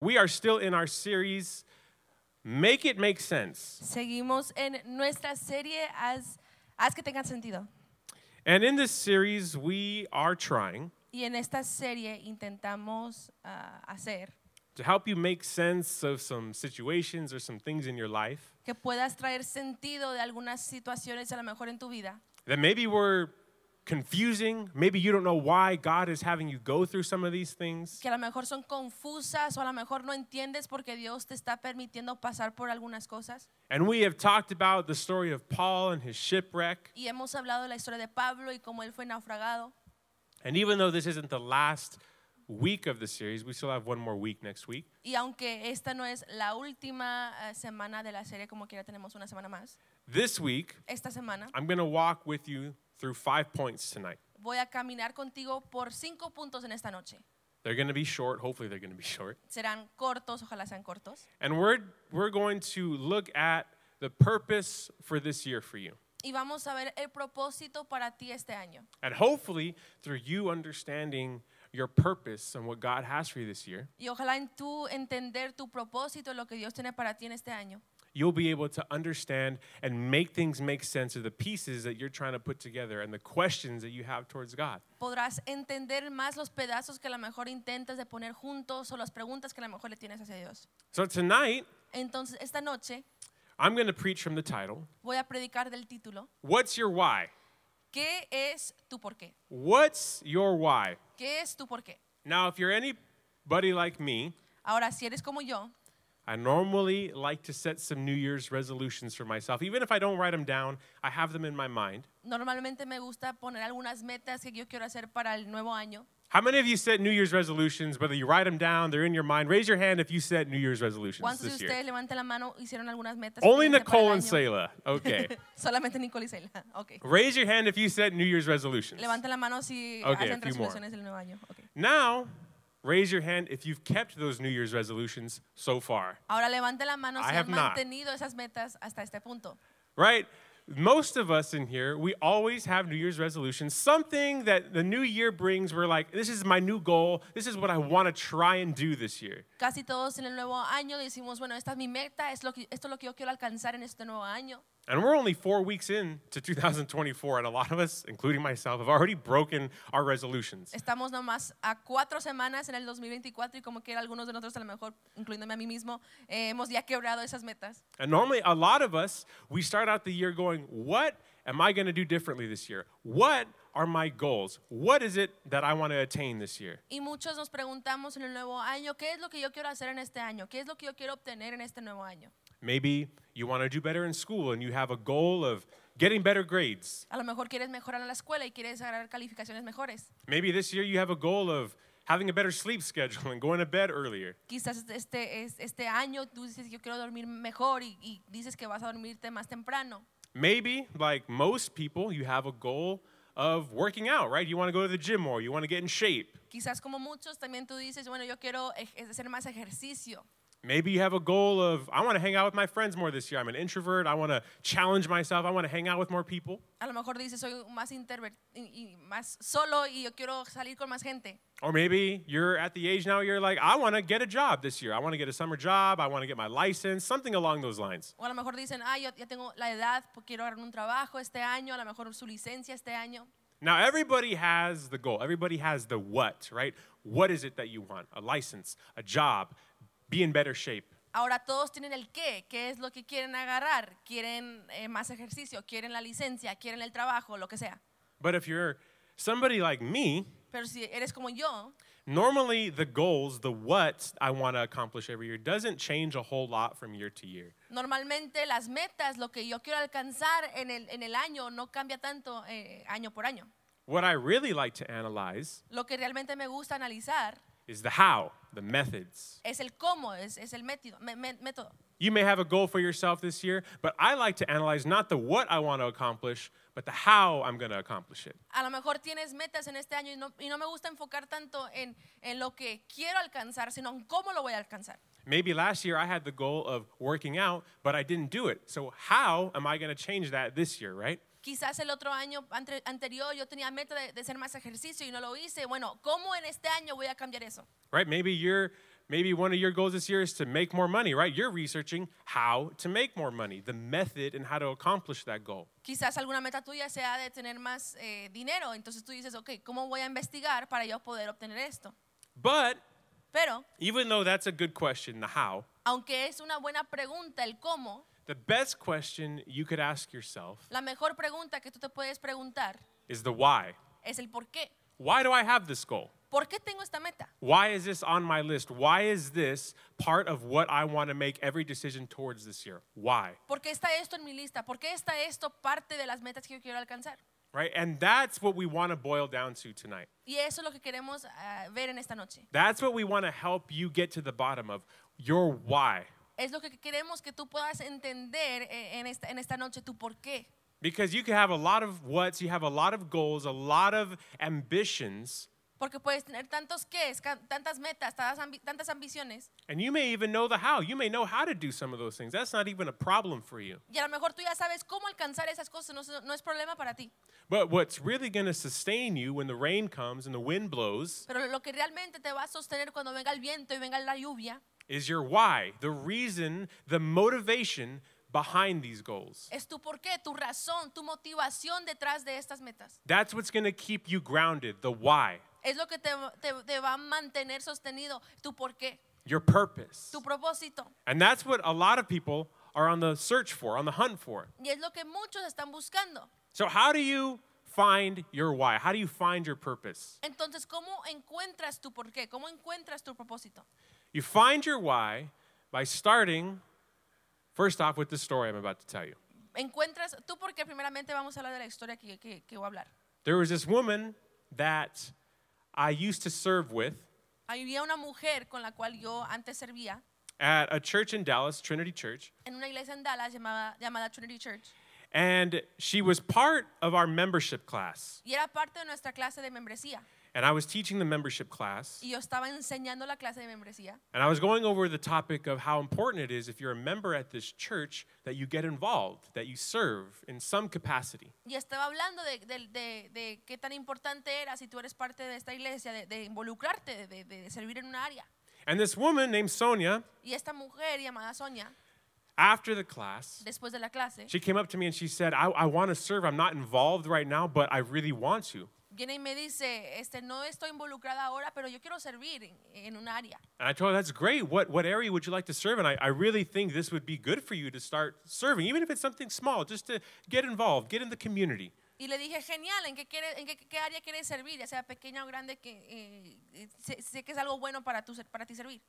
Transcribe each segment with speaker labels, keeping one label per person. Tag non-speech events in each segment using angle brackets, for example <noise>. Speaker 1: We are still in our series, Make It Make Sense.
Speaker 2: Seguimos en nuestra serie Haz, Haz que tengan sentido.
Speaker 1: And in this series, we are trying
Speaker 2: Y en esta serie intentamos ah, hacer
Speaker 1: to help you make sense of some situations or some things in your life
Speaker 2: que puedas traer sentido de algunas situaciones a lo mejor en tu vida,
Speaker 1: that maybe were confusing. Maybe you don't know why God is having you go through some of these things.
Speaker 2: que a lo mejor son confusas o a lo mejor no entiendes porque Dios te está permitiendo pasar por algunas cosas.
Speaker 1: And we have talked about the story of Paul and his shipwreck.
Speaker 2: Y hemos hablado de la historia de Pablo y cómo él fue naufragado.
Speaker 1: And even though this isn't the last week of the series, we still have one more week next week.
Speaker 2: Y aunque esta no es la última eh, semana de la serie, como quiera tenemos una semana más,
Speaker 1: This week,
Speaker 2: esta semana
Speaker 1: I'm going to walk with you through five points tonight.
Speaker 2: voy a caminar contigo por cinco puntos en esta noche.
Speaker 1: They're going to be short. Hopefully, they're going to be <laughs> short.
Speaker 2: Serán cortos, ojalá sean cortos.
Speaker 1: And we're, we're going to look at the purpose for this year for you.
Speaker 2: Y vamos a ver el propósito para ti este año.
Speaker 1: And hopefully, through you understanding your purpose and what God has for you this year,
Speaker 2: Y ojalá en tú entender tu propósito, lo que Dios tiene para ti en este año.
Speaker 1: you'll be able to understand and make things make sense of the pieces that you're trying to put together and the questions that you have towards God.
Speaker 2: Podrás entender más los pedazos que a lo mejor intentas de poner juntos o las preguntas que a lo mejor le tienes hacia Dios.
Speaker 1: So, tonight,
Speaker 2: Entonces, esta noche
Speaker 1: I'm going to preach from the title
Speaker 2: voy a predicar del título,
Speaker 1: What's Your Why?
Speaker 2: ¿qué es tu por qué?
Speaker 1: What's Your Why?
Speaker 2: ¿Qué es tu por qué?
Speaker 1: Now, if you're anybody like me,
Speaker 2: Ahora, si eres como yo,
Speaker 1: I normally like to set some New Year's resolutions for myself. Even if I don't write them down, I have them in my mind.
Speaker 2: normalmente me gusta poner algunas metas que yo quiero hacer para el nuevo año.
Speaker 1: How many of you set New Year's resolutions, whether you write them down, they're in your mind? Raise your hand if you set New Year's resolutions
Speaker 2: ¿Cuántos de
Speaker 1: this year.
Speaker 2: ustedes levanten la mano hicieron algunas metas? que
Speaker 1: Only
Speaker 2: quieren hacer para el
Speaker 1: Nicole and
Speaker 2: año?
Speaker 1: Selah. Okay.
Speaker 2: <laughs> Solamente Nicole y Seila. Ok.
Speaker 1: Raise your hand if you set New Year's resolutions.
Speaker 2: Levanten la mano si
Speaker 1: Ok, a
Speaker 2: hacen
Speaker 1: few more.
Speaker 2: resoluciones del nuevo año. Ok.
Speaker 1: Now, raise your hand if you've kept those New Year's resolutions so far.
Speaker 2: Ahora levanten la mano
Speaker 1: I
Speaker 2: si
Speaker 1: have
Speaker 2: han
Speaker 1: not.
Speaker 2: mantenido esas metas hasta este punto.
Speaker 1: right? Most of us in here, we always have New Year's resolutions, something that the new year brings. We're like, this is my new goal. This is what I want to try and do this year.
Speaker 2: Casi todos en el nuevo año decimos, bueno, esta es mi meta, es lo que, esto es lo que yo quiero alcanzar en este nuevo año.
Speaker 1: And we're only four weeks in to <laughs> 2024, and a lot of us, including myself, have already broken our resolutions.
Speaker 2: Estamos nomás a cuatro semanas en el 2024 y como que algunos de nosotros, a lo mejor, incluyéndome a mí mismo, eh, hemos ya quebrado esas metas.
Speaker 1: And normally, a lot of us, we start out the year going, What am I going to do differently this year? What are my goals? What is it that I want to attain this year?
Speaker 2: Y muchos nos preguntamos en el nuevo año, ¿qué es lo que yo quiero hacer en este año? ¿Qué es lo que yo quiero obtener en este nuevo año?
Speaker 1: Maybe you want to do better in school and you have a goal of getting better grades.
Speaker 2: A lo mejor quieres mejorar en la escuela y quieres agarrar calificaciones mejores.
Speaker 1: Maybe this year you have a goal of having a better sleep <laughs> schedule and going to bed earlier.
Speaker 2: Quizás este- este, es- este año tú dices yo quiero dormir mejor y, y dices que vas a dormirte más temprano.
Speaker 1: Maybe, like most people, you have a goal of working out, right? You want to go to the gym more, you want to get in shape.
Speaker 2: Quizás como muchos también tú dices, bueno, yo quiero ej- hacer más ejercicio.
Speaker 1: Maybe you have a goal of, I want to hang out with my friends more this year. I'm an introvert. I want to challenge myself. I want to hang out with more people.
Speaker 2: A lo mejor dices, soy más interver- y, y más solo y yo quiero salir con más gente.
Speaker 1: Or maybe you're at the age now where you're like, I want to get a job this year. I want to get a summer job. I want to get my license, something along those lines.
Speaker 2: O a lo mejor dicen, ah, yo ya tengo la edad, pues quiero agarrar un trabajo este año, a lo mejor su licencia este año.
Speaker 1: Now, everybody has the goal. Everybody has the what, right? What is it that you want? A license, a job, be in better shape.
Speaker 2: Ahora todos tienen el qué, qué es lo que quieren agarrar. Quieren eh, más ejercicio, quieren la licencia, quieren el trabajo, lo que sea.
Speaker 1: But if you're somebody like me,
Speaker 2: Pero si eres como yo,
Speaker 1: normally the goals, the what I want to accomplish every year doesn't change a whole lot from year to year.
Speaker 2: normalmente las metas, lo que yo quiero alcanzar en el, en el año, no cambia tanto eh, año por año.
Speaker 1: What I really like to analyze
Speaker 2: Lo que realmente me gusta analizar
Speaker 1: is the how, the methods.
Speaker 2: es el cómo, es, es el método, me- me- método.
Speaker 1: You may have a goal for yourself this year, but I like to analyze not the what I want to accomplish, but the how I'm going to accomplish it.
Speaker 2: A lo mejor tienes metas en este año y no, y no me gusta enfocar tanto en, en lo que quiero alcanzar, sino en cómo lo voy a alcanzar.
Speaker 1: Maybe last year I had the goal of working out, but I didn't do it. So, how am I going to change that this year, right?
Speaker 2: Quizás el otro año ante- anterior yo tenía meta de, de hacer más ejercicio y no lo hice. Bueno, ¿cómo en este año voy a cambiar eso?
Speaker 1: Right? Maybe you're Maybe one of your goals this year is to make more money, right? You're researching how to make more money, the method and how to accomplish that goal.
Speaker 2: Quizás alguna meta tuya sea de tener más eh, dinero, entonces tú dices, ok, ¿cómo voy a investigar para yo poder obtener esto?
Speaker 1: But
Speaker 2: Pero,
Speaker 1: even though that's a good question, the how,
Speaker 2: aunque es una buena pregunta el cómo,
Speaker 1: the best question you could ask yourself
Speaker 2: la mejor pregunta que tú te puedes preguntar
Speaker 1: is the why.
Speaker 2: es el por qué.
Speaker 1: Why do I have this goal?
Speaker 2: ¿Por qué tengo esta meta?
Speaker 1: Why is this on my list? Why is this part of what I want to make every decision towards this year? Why?
Speaker 2: ¿Por qué está esto en mi lista? ¿Por qué está esto parte de las metas que yo quiero alcanzar?
Speaker 1: Right? And that's what we want to boil down to tonight.
Speaker 2: Y eso es lo que queremos ah, ver en esta noche.
Speaker 1: That's what we want to help you get to the bottom of your why.
Speaker 2: Es lo que queremos que tú puedas entender eh, en esta, en esta noche, tu por qué.
Speaker 1: Because you can have a lot of whats, you have a lot of goals, a lot of ambitions,
Speaker 2: Porque puedes tener tantos qués, ca- tantas metas, tantas, ambi- tantas ambiciones.
Speaker 1: and you may even know the how. You may know how to do some of those things. That's not even a problem for you.
Speaker 2: Y a lo mejor tú ya sabes cómo alcanzar esas cosas, no, es- no es problema para ti.
Speaker 1: But what's really going to sustain you when the rain comes and the wind blows
Speaker 2: Pero lo que realmente te va a sostener cuando venga el viento y venga la lluvia
Speaker 1: is your why, the reason, the motivation behind these goals.
Speaker 2: es tu por qué, tu razón, tu motivación detrás de estas metas.
Speaker 1: That's what's going to keep you grounded, the why,
Speaker 2: Es lo que te, te- te va a mantener sostenido, tu por qué,
Speaker 1: your purpose.
Speaker 2: tu propósito.
Speaker 1: And that's what a lot of people are on the search for, on the hunt for.
Speaker 2: Y es lo que muchos están buscando.
Speaker 1: So, how do you find your why? How do you find your purpose?
Speaker 2: Entonces, ¿cómo encuentras tu por qué? ¿Cómo encuentras tu propósito?
Speaker 1: You find your why by starting, first off, with the story I'm about to tell you.
Speaker 2: Encuentras tú porque primeramente vamos a hablar de la historia que, que- que voy a hablar.
Speaker 1: There was this woman that I used to serve with
Speaker 2: Había una mujer con la cual yo antes servía
Speaker 1: at a church in Dallas, Trinity Church,
Speaker 2: en una iglesia en Dallas llamada, llamada Trinity Church
Speaker 1: and she was part of our membership class.
Speaker 2: y era parte de nuestra clase de membresía.
Speaker 1: And I was teaching the membership class,
Speaker 2: Y yo estaba enseñando la clase de membresía
Speaker 1: and I was going over the topic of how important it is if you're a member at this church that you get involved, that you serve in some capacity.
Speaker 2: y estaba hablando de, de- de- de qué tan importante era si tú eres parte de esta iglesia, de, de involucrarte, de, de- de servir en una área.
Speaker 1: And this woman named Sonia,
Speaker 2: Y esta mujer llamada Sonia,
Speaker 1: after the class,
Speaker 2: después de la clase,
Speaker 1: She came up to me and she said, I, I want to serve. I'm not involved right now, but I really want to.
Speaker 2: viene y me dice, este, no estoy involucrada ahora, pero yo quiero servir en, en un área.
Speaker 1: And I told her, That's great. What, what area would you like to serve? And I, I really think this would be good for you to start serving, even if it's something small, just to get involved, get in the community.
Speaker 2: Y le dije, genial, ¿en qué, quiere- en qué, qué área quieres servir? Ya sea pequeña o grande, que eh, eh, sé, sé que es algo bueno para, tu, ser- para ti servir.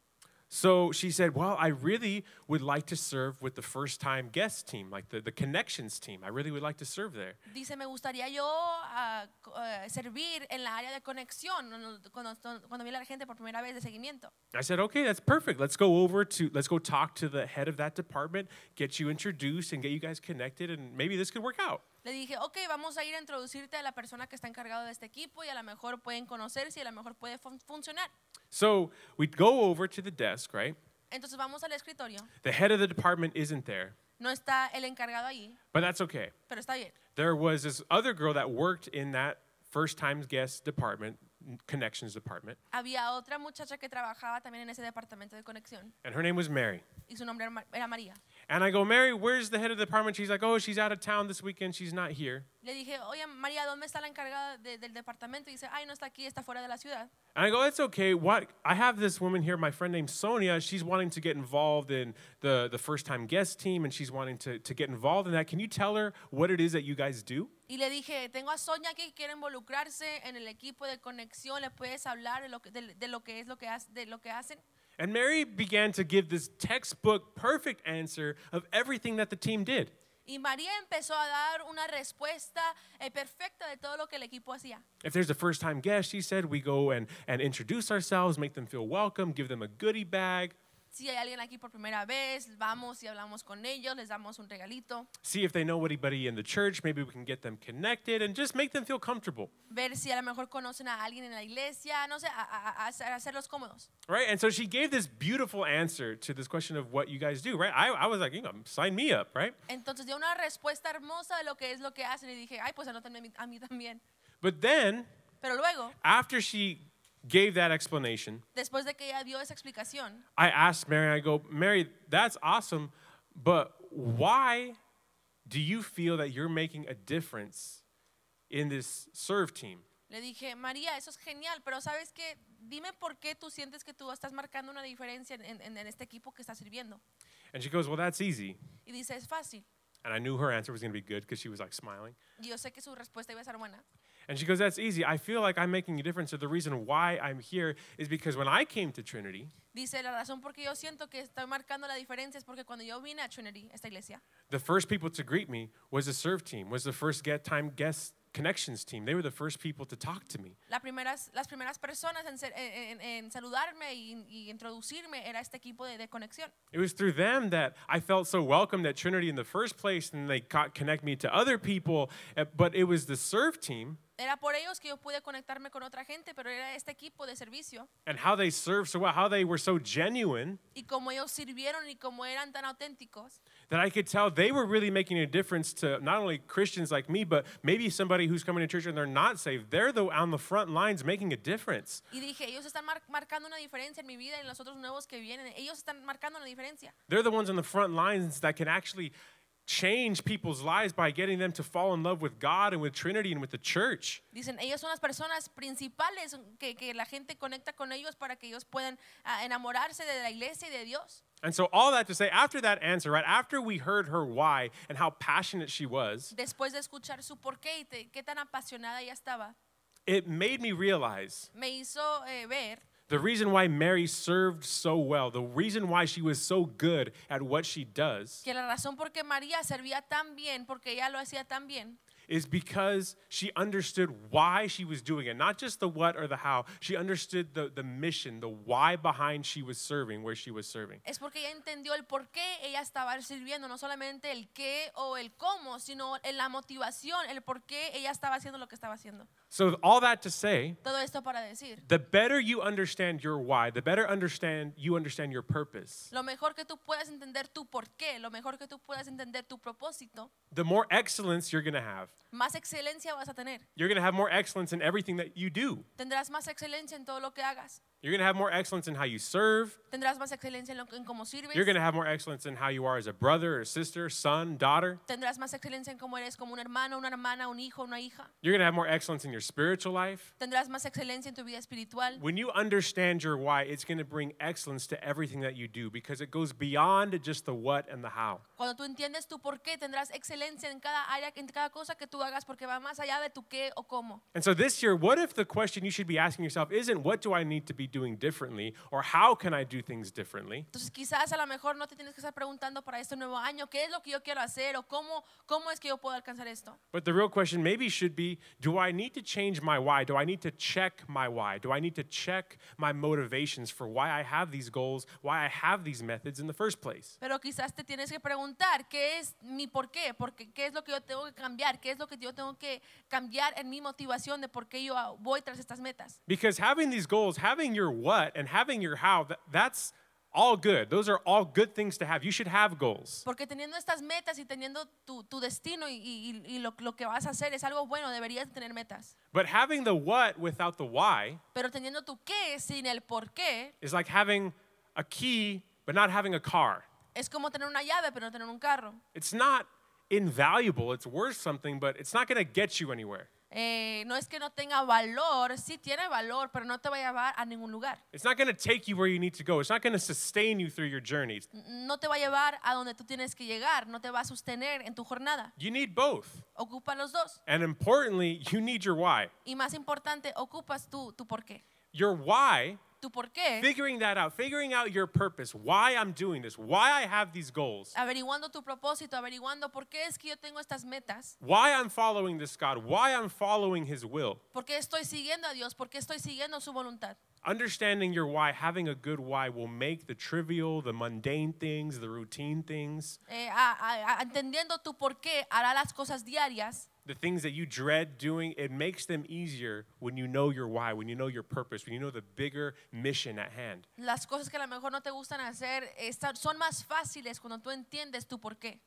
Speaker 1: So she said, Well, I really would like to serve with the first time guest team, like the, the connections team. I really would like to serve there.
Speaker 2: Dice, me gustaría yo ah, co- eh, servir en la área de conexión, no- no, cuando, cuando viene la gente por primera vez de seguimiento.
Speaker 1: I said, okay, that's perfect. Let's go over to, let's go talk to the head of that department, get you introduced and get you guys connected, and maybe this could work out.
Speaker 2: Le dije, ok, vamos a ir a introducirte a la persona que está encargada de este equipo y a lo mejor pueden conocerse y a lo mejor puede fun- funcionar.
Speaker 1: So we'd go over to the desk, right?
Speaker 2: Entonces vamos al escritorio.
Speaker 1: The head of the department isn't there,
Speaker 2: No está el encargado ahí,
Speaker 1: but that's okay.
Speaker 2: pero está bien.
Speaker 1: There was this other girl that worked in that first time guest department, n- connections department,
Speaker 2: Había otra muchacha que trabajaba también en ese departamento de conexión
Speaker 1: and her name was Mary.
Speaker 2: y su nombre era Ma- era María.
Speaker 1: And I go, Mary, where's the head of the department? She's like, oh, she's out of town this weekend. She's not here.
Speaker 2: Le dije, oye María, ¿dónde está la encargada de- del departamento? Y dice, ay, no está aquí, está fuera de la ciudad.
Speaker 1: And I go, it's okay. What I have this woman here, my friend named Sonia. She's wanting to get involved in the, the first time guest team, and she's wanting to, to get involved in that. Can you tell her what it is that you guys do?
Speaker 2: Y le dije, tengo a Sonia aquí que quiere involucrarse en el equipo de conexión, le puedes hablar de lo que, de, de lo que es lo que, hace- de lo que hacen.
Speaker 1: And Mary began to give this textbook perfect answer of everything that the team did.
Speaker 2: Y María empezó a dar una respuesta eh, perfecta de todo lo que el equipo hacía.
Speaker 1: If there's a first time guest, she said, we go and, and introduce ourselves, make them feel welcome, give them a goodie bag,
Speaker 2: Si hay alguien aquí por primera vez, vamos y hablamos con ellos, les damos un regalito,
Speaker 1: see if they know anybody in the church. Maybe we can get them connected and just make them feel comfortable.
Speaker 2: ver si a lo mejor conocen a alguien en la iglesia, no sé, a- a- a- a hacerlos cómodos.
Speaker 1: Right? And so she gave this beautiful answer to this question of what you guys do, right? I, I was like, you know, sign me up, right?
Speaker 2: Entonces dio una respuesta hermosa de lo que es lo que hacen y dije, ay, pues anótenme a mí, a mí también.
Speaker 1: But then
Speaker 2: Pero luego,
Speaker 1: after she gave that explanation,
Speaker 2: Después de que ella dio esa explicación,
Speaker 1: I asked Mary, I go, Mary, that's awesome, but why do you feel that you're making a difference in this serve team?
Speaker 2: le dije, María, eso es genial, pero ¿sabes qué? Dime por qué tú sientes que tú estás marcando una diferencia en, en- en este equipo que está sirviendo.
Speaker 1: And she goes, Well, that's easy.
Speaker 2: Y dice, es fácil.
Speaker 1: And I knew her answer was going to be good because she was like smiling.
Speaker 2: Y yo sé que su respuesta iba a ser buena.
Speaker 1: And she goes, That's easy. I feel like I'm making a difference. So the reason why I'm here is because when I came to Trinity,
Speaker 2: Dice, la razón por qué yo siento que estoy marcando la diferencia es porque cuando yo vine a Trinity, esta iglesia,
Speaker 1: the first people to greet me was the serve team, was the first get time guest connections team. They were the first people to talk to me.
Speaker 2: la primeras, las primeras personas en, ser- en- en- en saludarme y, y introducirme era este equipo de, de conexión.
Speaker 1: It was through them that I felt so welcomed at Trinity in the first place, and they co- connect me to other people. Uh, But it was the serve team
Speaker 2: Era por ellos que yo pude conectarme con otra gente, pero era este equipo de servicio
Speaker 1: and how they served so well, how they were so genuine
Speaker 2: y cómo ellos sirvieron y cómo eran tan auténticos.
Speaker 1: that I could tell they were really making a difference to not only Christians like me, but maybe somebody who's coming to church and they're not saved. They're the on the front lines making a difference.
Speaker 2: Y dije, ellos están mar- marcando una diferencia en mi vida y en los otros nuevos que vienen. Ellos están marcando una diferencia.
Speaker 1: They're the ones on the front lines that can actually change people's lives by getting them to fall in love with God and with Trinity and with the church.
Speaker 2: Dicen, ellos son las personas principales que, que la gente conecta con ellos para que ellos puedan ah, enamorarse de la iglesia y de Dios.
Speaker 1: And so, all that to say, after that answer, right after we heard her why and how passionate she was,
Speaker 2: Después de escuchar su porqué y te- qué tan apasionada ella estaba,
Speaker 1: it made me realize
Speaker 2: me hizo eh, ver
Speaker 1: the reason why Mary served so well, the reason why she was so good at what she does,
Speaker 2: que la razón por qué María servía tan bien, porque ella lo hacía tan bien,
Speaker 1: is because she understood why she was doing it, not just the what or the how. She understood the, the mission, the why behind she was serving, where she was serving.
Speaker 2: es porque ella entendió el por qué ella estaba sirviendo, no solamente el qué o el cómo, sino en la motivación, el por qué ella estaba haciendo lo que estaba haciendo.
Speaker 1: So, all that to say,
Speaker 2: Todo esto para decir,
Speaker 1: the better you understand your why, the better understand you understand your purpose.
Speaker 2: lo mejor que tú puedas entender tu por qué, lo mejor que tú puedas entender tu propósito,
Speaker 1: the more excellence you're going to have.
Speaker 2: más excelencia vas a tener.
Speaker 1: You're going to have more excellence in everything that you do.
Speaker 2: Tendrás más excelencia en todo lo que hagas.
Speaker 1: You're going to have more excellence in how you serve.
Speaker 2: Tendrás más excelencia en, lo, en cómo sirves.
Speaker 1: You're going to have more excellence in how you are as a brother or sister, son, daughter.
Speaker 2: Tendrás más excelencia en cómo eres como un hermano, una hermana, un hijo, una hija.
Speaker 1: You're going to have more excellence in your spiritual life.
Speaker 2: Tendrás más excelencia en tu vida espiritual.
Speaker 1: When you understand your why, it's going to bring excellence to everything that you do because it goes beyond just the what and the how.
Speaker 2: Cuando tú entiendes tu por qué, tendrás excelencia en cada área, en cada cosa que tú hagas, porque va más allá de tu qué o cómo.
Speaker 1: And so this year, what if the question you should be asking yourself isn't what do I need to be doing differently or how can I do things differently?
Speaker 2: Entonces quizás a lo mejor no te tienes que estar preguntando para este nuevo año qué es lo que yo quiero hacer o cómo, cómo es que yo puedo alcanzar esto.
Speaker 1: But the real question maybe should be do I need to change my why? Do I need to check my why? Do I need to check my motivations for why I have these goals, why I have these methods in the first place?
Speaker 2: Pero quizás te tienes que preguntar qué es mi por qué, porque qué es lo que yo tengo que cambiar, qué es lo que yo tengo que cambiar en mi motivación de por qué yo ah, voy tras estas metas.
Speaker 1: Because having these goals, having your what and having your how, th- that's all good. Those are all good things to have. You should have goals.
Speaker 2: Porque teniendo estas metas y teniendo tu, tu destino y, y- y lo, lo que vas a hacer es algo bueno, deberías tener metas.
Speaker 1: But having the what without the why
Speaker 2: Pero teniendo tu qué sin el por qué,
Speaker 1: is like having a key but not having a car.
Speaker 2: es como tener una llave pero no tener un carro.
Speaker 1: It's not invaluable, it's worth something, but it's not gonna get you anywhere.
Speaker 2: Eh, no es que no tenga valor, sí tiene valor, pero no te va a llevar a ningún lugar.
Speaker 1: It's not going to take you where you need to go. It's not going to sustain you through your journeys.
Speaker 2: No te va a llevar a donde tú tienes que llegar, no te va a sostener en tu jornada.
Speaker 1: You need both.
Speaker 2: Ocupa los dos.
Speaker 1: And importantly, you need your why.
Speaker 2: Y más importante, ocupas tú tu por qué.
Speaker 1: Your why,
Speaker 2: Tu por qué,
Speaker 1: figuring that out, figuring out your purpose, why I'm doing this, why I have these goals,
Speaker 2: averiguando tu propósito, averiguando por qué es que yo tengo estas metas,
Speaker 1: why I'm following this God, why I'm following His will.
Speaker 2: por qué estoy siguiendo a Dios, por qué estoy siguiendo su voluntad.
Speaker 1: Understanding your why, having a good why, will make the trivial, the mundane things, the routine things,
Speaker 2: Eh, a- a- a- entendiendo tu por qué hará las cosas diarias,
Speaker 1: the things that you dread doing, it makes them easier when you know your why, when you know your purpose, when you know the bigger mission at hand.
Speaker 2: las cosas que a lo mejor no te gustan hacer esta- son más fáciles cuando tú entiendes tu por qué.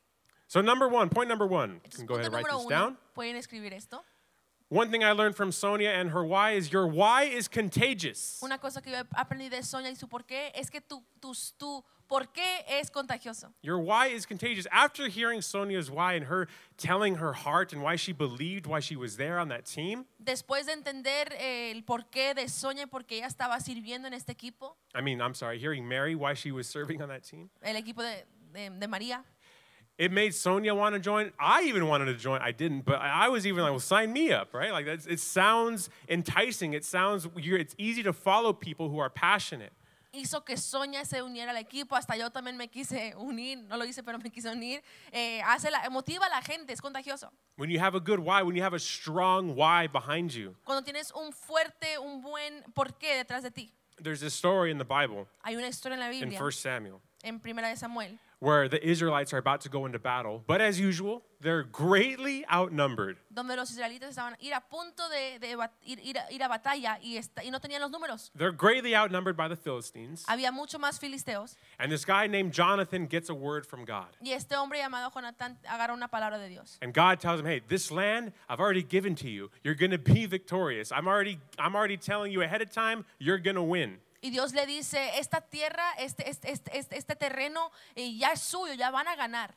Speaker 1: So number one, point number one. You
Speaker 2: Entonces,
Speaker 1: can go ahead
Speaker 2: punto
Speaker 1: and write
Speaker 2: número
Speaker 1: this
Speaker 2: uno,
Speaker 1: down.
Speaker 2: pueden escribir esto.
Speaker 1: One thing I learned from Sonia and her why is your why is contagious.
Speaker 2: Una cosa que yo aprendí de Sonia y su por qué es que tu, tus- tu por qué es contagioso.
Speaker 1: Your why is contagious. After hearing Sonia's why and her telling her heart and why she believed, why she was there on that team,
Speaker 2: Después de entender eh, el porqué de Sonia y por qué ella estaba sirviendo en este equipo,
Speaker 1: I mean, I'm sorry, hearing Mary, why she was serving on that team,
Speaker 2: el equipo de, de- de María,
Speaker 1: it made Sonia want to join. I even wanted to join. I didn't, but I I was even like, well, sign me up, right? Like, that's, it sounds enticing. It sounds, you're, it's easy to follow people who are passionate.
Speaker 2: hizo que Sonia se uniera al equipo. Hasta yo también me quise unir, no lo hice, pero me quise unir. Eh, hace la, motiva a la gente, es contagioso.
Speaker 1: When you have a good why, when you have a strong why behind you,
Speaker 2: Cuando tienes un fuerte, un buen porqué detrás de ti.
Speaker 1: there's this story in the Bible
Speaker 2: Hay una historia en la
Speaker 1: in
Speaker 2: Biblia,
Speaker 1: 1 Samuel.
Speaker 2: en Primera de Samuel,
Speaker 1: where the Israelites are about to go into battle, but as usual, they're greatly outnumbered.
Speaker 2: donde los israelitas estaban ir a punto de, de bat- ir, ir a, ir a batalla y, esta- y no tenían los números.
Speaker 1: They're greatly outnumbered by the Philistines,
Speaker 2: Había mucho más filisteos
Speaker 1: and this guy named Jonathan gets a word from God.
Speaker 2: y este hombre llamado Jonatán agarra una palabra de Dios.
Speaker 1: And God tells him, "Hey, this land I've already given to you. You're going to be victorious. I'm already I'm already telling you ahead of time, you're going to win."
Speaker 2: Y Dios le dice, esta tierra, este, este, este, este, este terreno eh, ya es suyo, ya van a ganar.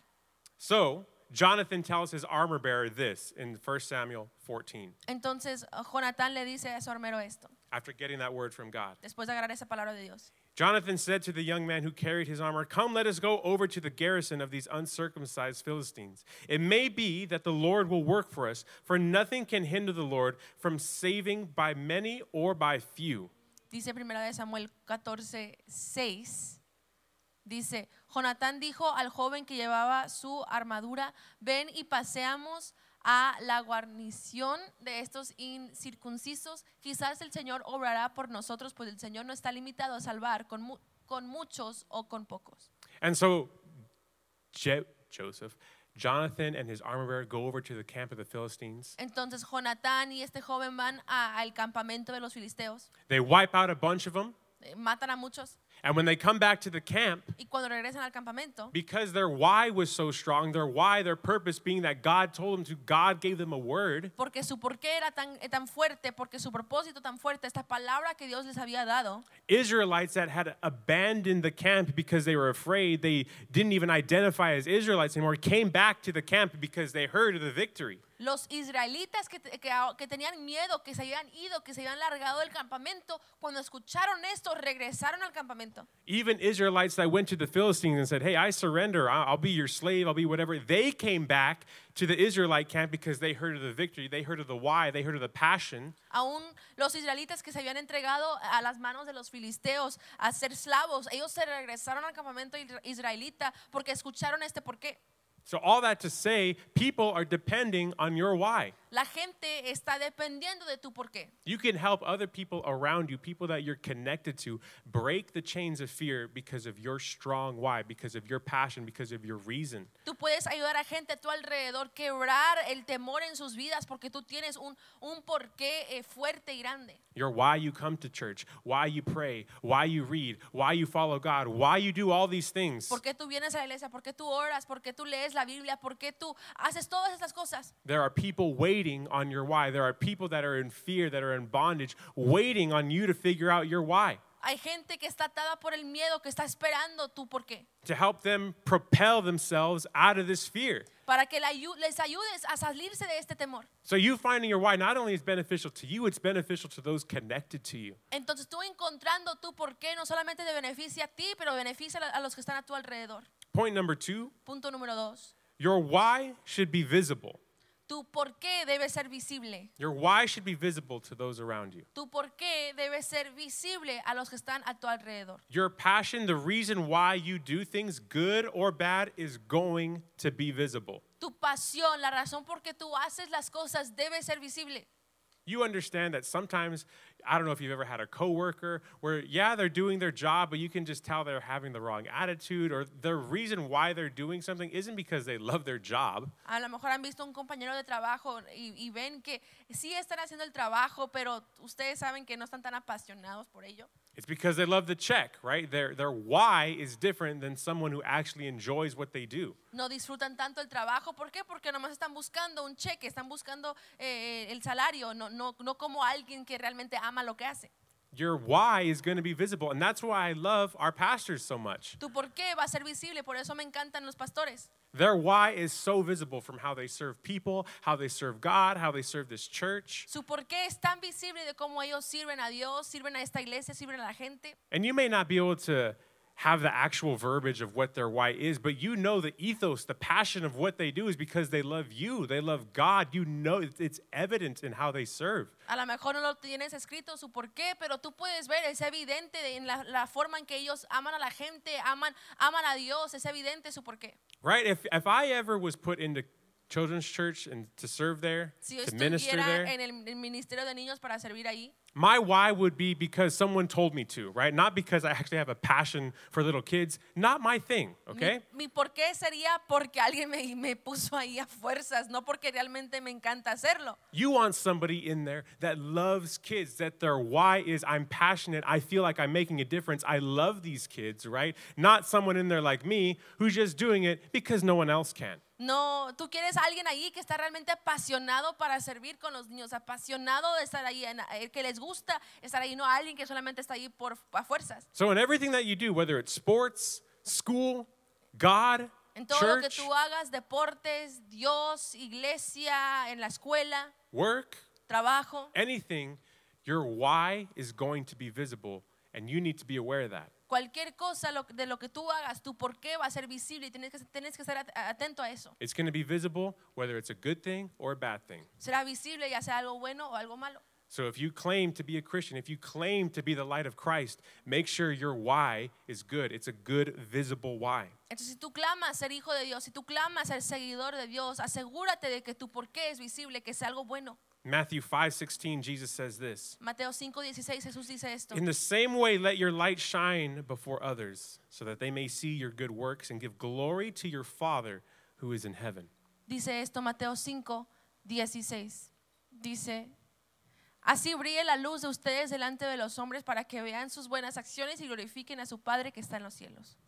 Speaker 1: So, Jonathan tells his armor bearer this in 1 Samuel 14
Speaker 2: Entonces eh, Jonatán le dice a su armero esto,
Speaker 1: after getting that word from God.
Speaker 2: después de agarrar esa palabra de Dios.
Speaker 1: Jonathan said to the young man who carried his armor, Come, let us go over to the garrison of these uncircumcised Philistines. It may be that the Lord will work for us, for nothing can hinder the Lord from saving by many or by few.
Speaker 2: Dice primera de Samuel 14, 6. Dice, Jonatán dijo al joven que llevaba su armadura, ven y paseamos a la guarnición de estos incircuncisos, quizás el Señor obrará por nosotros, pues el Señor no está limitado a salvar con, mu- con muchos o con pocos.
Speaker 1: And so Je- Joseph, Jonathan, and his armor bearer go over to the camp of the Philistines.
Speaker 2: Entonces Jonatán y este joven van a- al campamento de los filisteos,
Speaker 1: They wipe out a bunch of them.
Speaker 2: eh, matan a muchos,
Speaker 1: And when they come back to the camp,
Speaker 2: y cuando regresan al campamento,
Speaker 1: because their why was so strong, their why, their purpose being that God told them to, God gave them a word.
Speaker 2: porque su porqué era tan, eh, tan fuerte, porque su propósito tan fuerte, esta palabra que Dios les había dado,
Speaker 1: Israelites that had abandoned the camp because they were afraid, they didn't even identify as Israelites anymore, came back to the camp because they heard of the victory.
Speaker 2: los israelitas que, te- que a- que tenían miedo, que se habían ido, que se habían largado del campamento, cuando escucharon esto, regresaron al campamento.
Speaker 1: Even Israelites that went to the Philistines and said, Hey, I surrender, I- I'll be your slave, I'll be whatever, they came back to the Israelite camp because they heard of the victory, they heard of the why, they heard of the passion.
Speaker 2: Aún los israelitas que se habían entregado a las manos de los filisteos a ser esclavos, ellos se regresaron al campamento isra- israelita porque escucharon este porqué.
Speaker 1: So, all that to say, people are depending on your why.
Speaker 2: La gente está dependiendo de tu porqué.
Speaker 1: You can help other people around you, people that you're connected to, break the chains of fear because of your strong why, because of your passion, because of your reason.
Speaker 2: Tú puedes ayudar a gente a tu alrededor, quebrar el temor en sus vidas porque tú tienes un, un porqué eh, fuerte y grande.
Speaker 1: Your why you come to church, why you pray, why you read, why you follow God, why you do all these things.
Speaker 2: ¿Por qué tú vienes a la iglesia? ¿Por qué tú oras? ¿Por qué tú lees la Biblia? ¿Por qué tú haces todas estas cosas?
Speaker 1: There are people waiting on your why. There are people that are in fear, that are in bondage, waiting on you to figure out your why,
Speaker 2: Hay gente que está atada por el miedo, que está esperando tu porqué.
Speaker 1: to help them propel themselves out of this fear.
Speaker 2: Para que la ayu- les ayudes a salirse de este temor.
Speaker 1: So, you finding your why not only is beneficial to you, it's beneficial to those connected to you.
Speaker 2: Entonces tú encontrando tu porqué no solamente te beneficia a ti, pero beneficia a la- a los que están a tu alrededor.
Speaker 1: Point number two
Speaker 2: Punto número dos.
Speaker 1: Your why should be visible.
Speaker 2: Tu porqué debe ser visible.
Speaker 1: Your why should be visible to those around you.
Speaker 2: Tu porqué debe ser visible a los que están a tu alrededor.
Speaker 1: Your passion, the reason why you do things, good or bad, is going to be visible.
Speaker 2: Tu pasión, la razón por qué tú haces las cosas debe ser visible.
Speaker 1: You understand that sometimes, I don't know if you've ever had a coworker where, yeah, they're doing their job, but you can just tell they're having the wrong attitude, or the reason why they're doing something isn't because they love their job.
Speaker 2: A lo mejor han visto un compañero de trabajo y, y ven que sí están haciendo el trabajo, pero ustedes saben que no están tan apasionados por ello.
Speaker 1: It's because they love the check, right? Their, their why is different than someone who actually enjoys what they do.
Speaker 2: No disfrutan tanto el trabajo. ¿Por qué? Porque nomás están buscando un cheque, están buscando eh, el salario, no, no, no como alguien que realmente ama lo que hace.
Speaker 1: Your why is going to be visible. And that's why I love our pastors so much.
Speaker 2: Tu por qué va a ser visible, por eso me encantan los pastores.
Speaker 1: Their why is so visible from how they serve people, how they serve God, how they serve this church.
Speaker 2: Su por qué es tan visible de cómo ellos sirven a Dios, sirven a esta iglesia, sirven a la gente.
Speaker 1: And you may not be able to have the actual verbiage of what their why is, but you know the ethos, the passion of what they do is because they love you, they love God. You know it's- it's evident in how they serve.
Speaker 2: A lo mejor no lo tienes escrito su por qué, pero tú puedes ver, es evidente de- en la, la forma en que ellos aman a la gente, aman, aman a Dios, es evidente su por qué.
Speaker 1: Right? If if I ever was put into children's church and to serve there,
Speaker 2: Si yo
Speaker 1: to minister there,
Speaker 2: estuviera en el, el ministerio de niños para servir ahí,
Speaker 1: my why would be because someone told me to, right? Not because I actually have a passion for little kids. Not my thing,
Speaker 2: mi-
Speaker 1: okay?
Speaker 2: mi, por qué sería porque alguien me, me puso ahí a fuerzas, no porque realmente me encanta hacerlo.
Speaker 1: You want somebody in there that loves kids, that their why is I'm passionate, I feel like I'm making a difference, I love these kids, right? Not someone in there like me who's just doing it because no one else can.
Speaker 2: No, tú quieres a alguien ahí que está realmente apasionado para servir con los niños, apasionado de estar ahí, en- eh, que les gusta estar ahí, no a alguien que solamente está ahí por a fuerzas.
Speaker 1: So, in everything that you do, whether it's sports, school, God,
Speaker 2: En todo lo que
Speaker 1: church,
Speaker 2: tú hagas, deportes, Dios, iglesia, en la escuela,
Speaker 1: work,
Speaker 2: trabajo,
Speaker 1: anything, your why is going to be visible, and you need to be aware of that.
Speaker 2: cualquier cosa lo- de lo que tú hagas, tu por qué va a ser visible y tienes que, tienes que estar at- atento a eso.
Speaker 1: It's going to be visible whether it's a good thing or a bad thing.
Speaker 2: Será visible ya sea algo bueno o algo malo.
Speaker 1: So if you claim to be a Christian, if you claim to be the light of Christ, make sure your why is good. It's a good, visible why.
Speaker 2: Entonces, si tú clamas ser hijo de Dios, si tú clamas ser seguidor de Dios, asegúrate de que tu por qué es visible, que sea algo bueno.
Speaker 1: Matthew 5:16, Jesus says this.
Speaker 2: Mateo 5:16 Jesús dice esto.
Speaker 1: In the same way, let your light shine before others, so that they may see your good works and give glory to your Father who is in heaven.
Speaker 2: Dice esto Mateo 5, 16. Dice, así brille la luz de ustedes delante de los hombres para que vean sus buenas acciones y glorifiquen a su Padre que está en los cielos.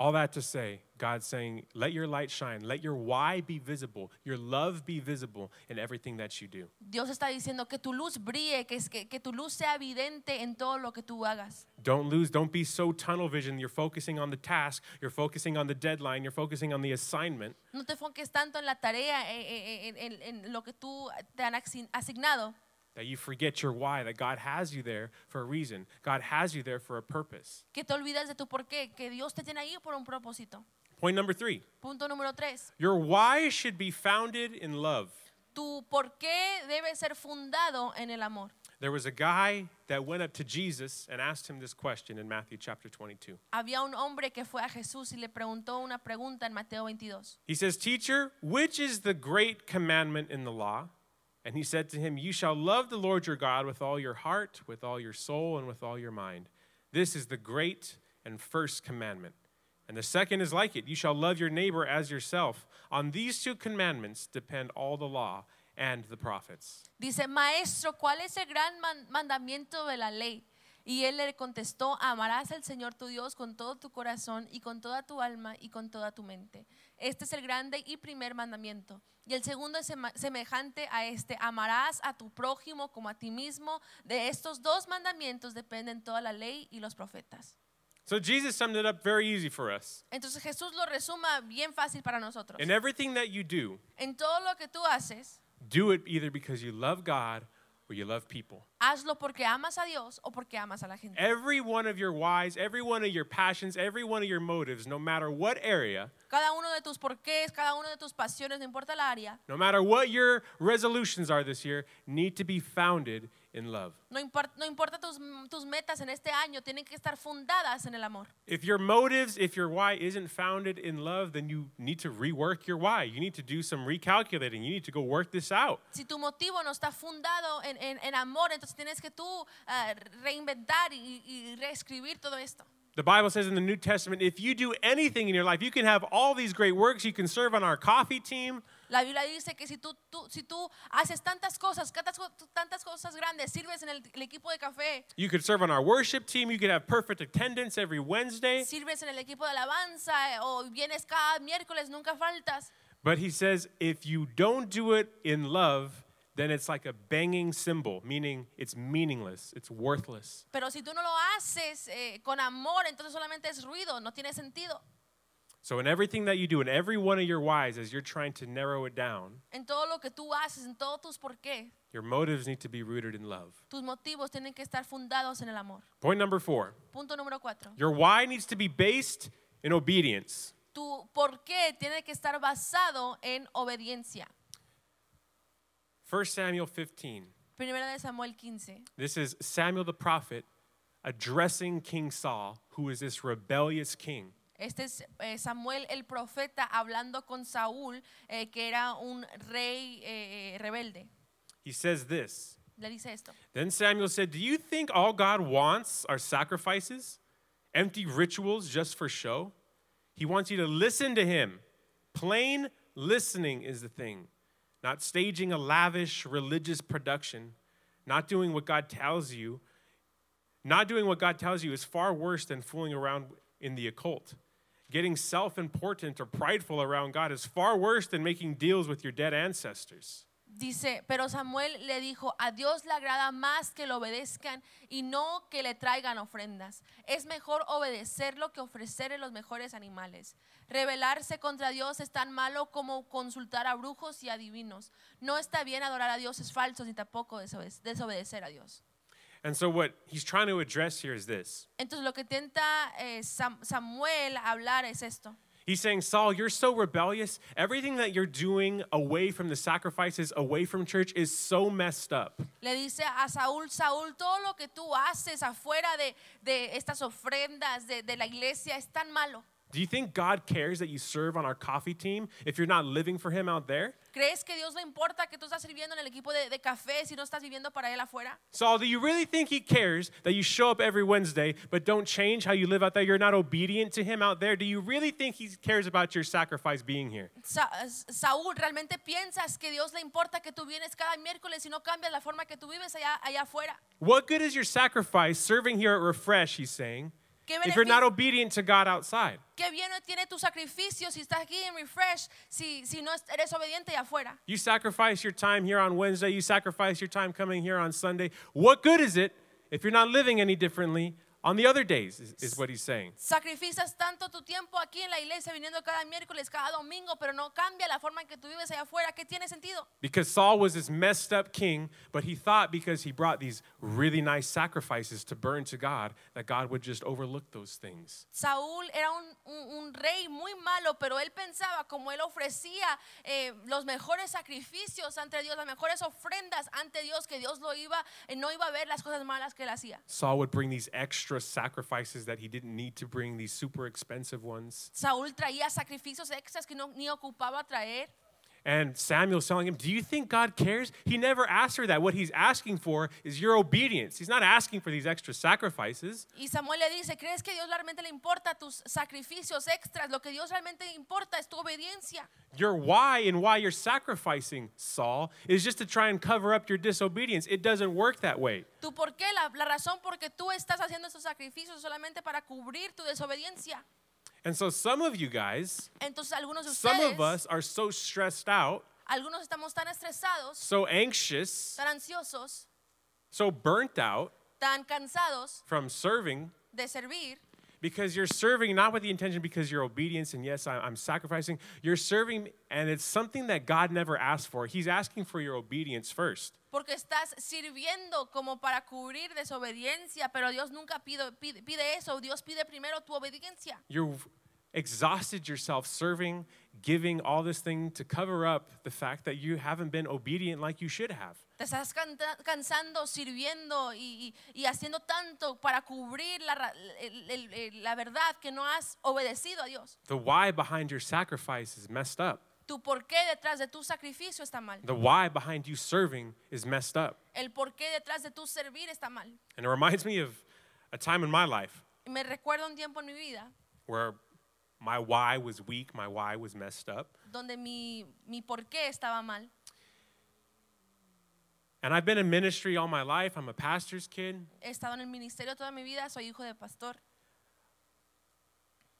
Speaker 1: All that to say, God's saying, let your light shine, let your why be visible, your love be visible in everything that you do.
Speaker 2: Dios está diciendo que tu luz brille, que, es- que, que tu luz sea evidente en todo lo que tú hagas.
Speaker 1: Don't lose, don't be so tunnel vision. You're focusing on the task, you're focusing on the deadline, you're focusing on the assignment.
Speaker 2: No te enfoques tanto en la tarea, eh, eh, eh, en, en- en lo que tú te han asign- asignado,
Speaker 1: that you forget your why, that God has you there for a reason. God has you there for a purpose.
Speaker 2: que te olvides de tu porqué, que Dios te tiene ahí por un propósito.
Speaker 1: Point number three
Speaker 2: Punto número 3.
Speaker 1: your why should be founded in love.
Speaker 2: Tu porqué debe ser fundado en el amor.
Speaker 1: There was a guy that went up to Jesus and asked him this question in Matthew chapter 22.
Speaker 2: había un hombre que fue a Jesús y le preguntó una pregunta en Mateo 22.
Speaker 1: He says, Teacher, which is the great commandment in the law? And he said to him, You shall love the Lord your God with all your heart, with all your soul, and with all your mind. This is the great and first commandment. And the second is like it You shall love your neighbor as yourself. On these two commandments depend all the law and the prophets.
Speaker 2: Dice, maestro, ¿cuál es el gran man- mandamiento de la ley? Y él le contestó, amarás al Señor tu Dios con todo tu corazón y con toda tu alma y con toda tu mente. Este es el grande y primer mandamiento. Y el segundo es sema- semejante a este, amarás a tu prójimo como a ti mismo. De estos dos mandamientos dependen toda la ley y los profetas.
Speaker 1: So Jesus summed it up very easy for us.
Speaker 2: Entonces Jesús lo resuma bien fácil para nosotros.
Speaker 1: In everything that you do,
Speaker 2: En todo lo que tú haces,
Speaker 1: do it either because you love God or you love people.
Speaker 2: Hazlo porque amas a Dios o porque amas a la gente.
Speaker 1: Every one of your whys, every one of your passions, every one of your motives, no matter what area,
Speaker 2: Cada uno de tus porqués, cada uno de tus pasiones, no importa la área,
Speaker 1: no matter what your resolutions are this year, need to be founded in love.
Speaker 2: no, impar- no importa tus, tus metas en este año, tienen que estar fundadas en el amor.
Speaker 1: If your motives, if your why isn't founded in love, then you need to rework your why. You need to do some recalculating. You need to go work this out.
Speaker 2: Si tu motivo no está fundado en, en- en amor, entonces tienes que tú ah, reinventar y, y reescribir todo esto.
Speaker 1: The Bible says in the New Testament if you do anything in your life, you can have all these great works. You can serve on our coffee team.
Speaker 2: La Biblia dice que si tú, tú- si tú haces tantas cosas, tantas, co- tantas cosas grandes, sirves en el, el equipo de café,
Speaker 1: You could serve on our worship team. You could have perfect attendance every Wednesday.
Speaker 2: sirves en el equipo de alabanza eh, o vienes cada miércoles, nunca faltas.
Speaker 1: But he says, if you don't do it in love, then it's like a banging cymbal, meaning it's meaningless, it's worthless.
Speaker 2: Pero si tú no lo haces eh, con amor, entonces solamente es ruido, no tiene sentido.
Speaker 1: So, in everything that you do, in every one of your whys, as you're trying to narrow it down,
Speaker 2: En todo lo que tú haces, en todos tus por qué,
Speaker 1: your motives need to be rooted in love.
Speaker 2: tus motivos tienen que estar fundados en el amor.
Speaker 1: Point number four
Speaker 2: Punto número cuatro.
Speaker 1: your why needs to be based in obedience.
Speaker 2: Tu por qué tiene que estar basado en obediencia.
Speaker 1: 1 Samuel 15.
Speaker 2: Primera de Samuel 15.
Speaker 1: This is Samuel the prophet addressing King Saul, who is this rebellious king.
Speaker 2: Este es eh, Samuel el profeta hablando con Saúl, eh, que era un rey eh, eh, rebelde.
Speaker 1: He says this
Speaker 2: Le dice esto.
Speaker 1: Then Samuel said, Do you think all God wants are sacrifices, empty rituals just for show? He wants you to listen to him. Plain listening is the thing, not staging a lavish religious production, not doing what God tells you. Not doing what God tells you is far worse than fooling around in the occult. Getting self important or prideful around God is far worse than making deals with your dead ancestors.
Speaker 2: Dice, pero Samuel le dijo, a Dios le agrada más que lo obedezcan y no que le traigan ofrendas. Es mejor obedecerlo que ofrecerle los mejores animales. Rebelarse contra Dios es tan malo como consultar a brujos y adivinos. No está bien adorar a dioses falsos ni tampoco desobede- desobedecer a Dios.
Speaker 1: And so, what he's trying to address here is this.
Speaker 2: Entonces lo que tenta eh, Sam- Samuel hablar es esto.
Speaker 1: He's saying, Saul, you're so rebellious. Everything that you're doing away from the sacrifices, away from church, is so messed up.
Speaker 2: Le dice a Saúl, Saúl, todo lo que tú haces afuera de, de estas ofrendas de, de la iglesia es tan malo.
Speaker 1: Do you think God cares that you serve on our coffee team if you're not living for Him out there?
Speaker 2: ¿Crees que Dios le importa que tú estás sirviendo en el equipo de, de café si no estás viviendo para él afuera?
Speaker 1: Saul, do you really think He cares that you show up every Wednesday but don't change how you live out there? You're not obedient to Him out there? Do you really think He cares about your sacrifice being here?
Speaker 2: Sa- Saúl, ¿realmente piensas que Dios le importa que tú vienes cada miércoles y no cambias la forma que tú vives allá, allá afuera?
Speaker 1: What good is your sacrifice serving here at Refresh, he's saying,
Speaker 2: ¿Qué
Speaker 1: if you're not
Speaker 2: beneficio-
Speaker 1: obedient to God outside?
Speaker 2: ¿Qué bien tiene tu sacrificio si estás aquí en Refresh, si, si no es- eres obediente allá afuera?
Speaker 1: You sacrifice your time here on Wednesday, you sacrifice your time coming here on Sunday. What good is it if you're not living any differently on the other days, is, is what he's saying.
Speaker 2: Sacrificas tanto tu tiempo aquí en la iglesia, viniendo cada miércoles, cada domingo, pero no cambia la forma en que tú vives allá afuera. ¿Qué tiene sentido?
Speaker 1: Because Saul was this messed up king, but he thought because he brought these really nice sacrifices to burn to God, that God would just overlook those things.
Speaker 2: Saúl era un, un- un rey muy malo, pero él pensaba, como él ofrecía eh, los mejores sacrificios ante Dios, las mejores ofrendas ante Dios, que Dios lo iba, eh, no iba a ver las cosas malas que él hacía.
Speaker 1: Saul would bring these extra sacrifices that he didn't need to bring, these super expensive ones.
Speaker 2: Saúl traía sacrificios extras que no, ni ocupaba traer.
Speaker 1: And Samuel's telling him, Do you think God cares? He never asked her that. What he's asking for is your obedience. He's not asking for these extra sacrifices.
Speaker 2: Y Samuel le dice, ¿crees que Dios realmente le importa tus sacrificios extras? Lo que Dios realmente le importa es tu obediencia.
Speaker 1: Your why and why you're sacrificing, Saul, is just to try and cover up your disobedience. It doesn't work that way.
Speaker 2: Tu por qué, la, la razón por qué tú estás haciendo esos sacrificios solamente para cubrir tu desobediencia.
Speaker 1: And so, some of you guys,
Speaker 2: Entonces algunos de
Speaker 1: some
Speaker 2: ustedes,
Speaker 1: of us are so stressed out,
Speaker 2: algunos estamos tan estresados,
Speaker 1: so anxious,
Speaker 2: tan ansiosos,
Speaker 1: so burnt out
Speaker 2: tan cansados
Speaker 1: from serving
Speaker 2: de servir,
Speaker 1: because you're serving not with the intention because your obedience and yes, I- I'm sacrificing. You're serving, and it's something that God never asked for. He's asking for your obedience first.
Speaker 2: porque estás sirviendo como para cubrir desobediencia, pero Dios nunca pido- pide, pide eso, Dios pide primero tu obediencia.
Speaker 1: You've exhausted yourself serving, giving all this thing to cover up the fact that you haven't been obedient like you should have.
Speaker 2: Te estás canta- cansando, sirviendo y, y- y haciendo tanto para cubrir la, ra- el- el- el- la verdad que no has obedecido a Dios.
Speaker 1: The why behind your sacrifice is messed up.
Speaker 2: Tu por qué detrás de tu sacrificio está mal.
Speaker 1: The why behind you serving is messed up.
Speaker 2: El por qué detrás de tu servir está mal.
Speaker 1: And it reminds me of a time in my life
Speaker 2: Y Me recuerda un tiempo en mi vida
Speaker 1: where my why was weak, my why was messed up.
Speaker 2: donde mi, mi por qué estaba mal.
Speaker 1: And I've been in ministry all my life. I'm a pastor's kid,
Speaker 2: He estado en el ministerio toda mi vida, soy hijo de pastor.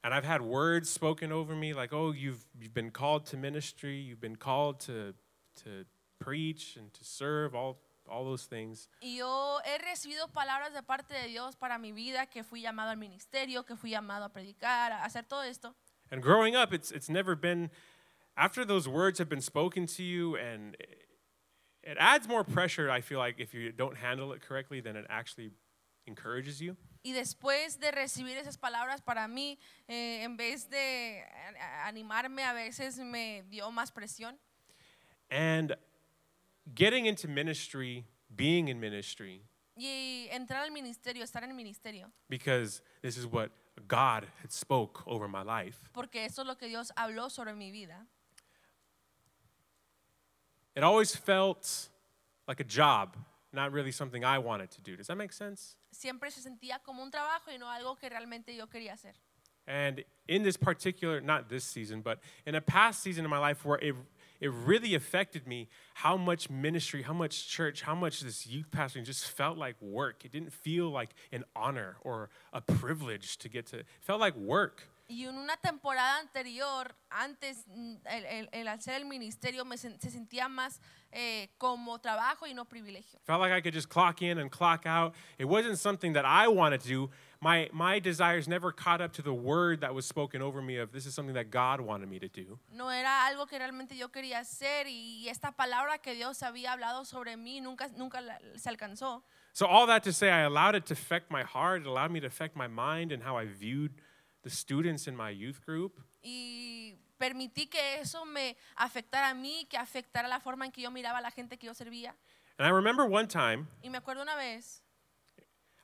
Speaker 1: and I've had words spoken over me like, "Oh, you've you've been called to ministry, you've been called to to preach and to serve all all those things."
Speaker 2: Y yo he recibido palabras de parte de Dios para mi vida, que fui llamado al ministerio, que fui llamado a predicar, a hacer todo esto.
Speaker 1: And growing up, it's it's never been after those words have been spoken to you and it- it adds more pressure, I feel like if you don't handle it correctly than it actually encourages you.
Speaker 2: Y después de recibir esas palabras para mí, eh, en vez de a- a- animarme, a veces me dio más presión.
Speaker 1: And getting into ministry, being in ministry
Speaker 2: Y entrar al ministerio, estar en el ministerio,
Speaker 1: because this is what God had spoke over my life.
Speaker 2: porque eso es lo que Dios habló sobre mi vida.
Speaker 1: It always felt like a job, not really something I wanted to do. Does that make sense?
Speaker 2: Siempre se sentía como un trabajo y no algo que realmente yo quería hacer.
Speaker 1: And in this particular, not this season, but in a past season of my life where it, it really affected me how much ministry, how much church, how much this youth pastoring just felt like work. It didn't feel like an honor or a privilege to get to, it felt like work.
Speaker 2: Y en una temporada anterior, antes, mm, el, el- el hacer el ministerio me sen- se sentía más eh, como trabajo y no privilegio.
Speaker 1: Felt like I could just clock in and clock out. It wasn't something that I wanted to do. My, my desires never caught up to the word that was spoken over me of this is something that God wanted me to do.
Speaker 2: No era algo que realmente yo quería hacer y, esta palabra que Dios había hablado sobre mí nunca, nunca la- se alcanzó.
Speaker 1: So, all that to say, I allowed it to affect my heart. It allowed me to affect my mind and how I viewed the students in my youth group.
Speaker 2: Y permití que eso me afectara a mí, que afectara la forma en que yo miraba a la gente que yo servía.
Speaker 1: And I remember one time
Speaker 2: Y me acuerdo una vez,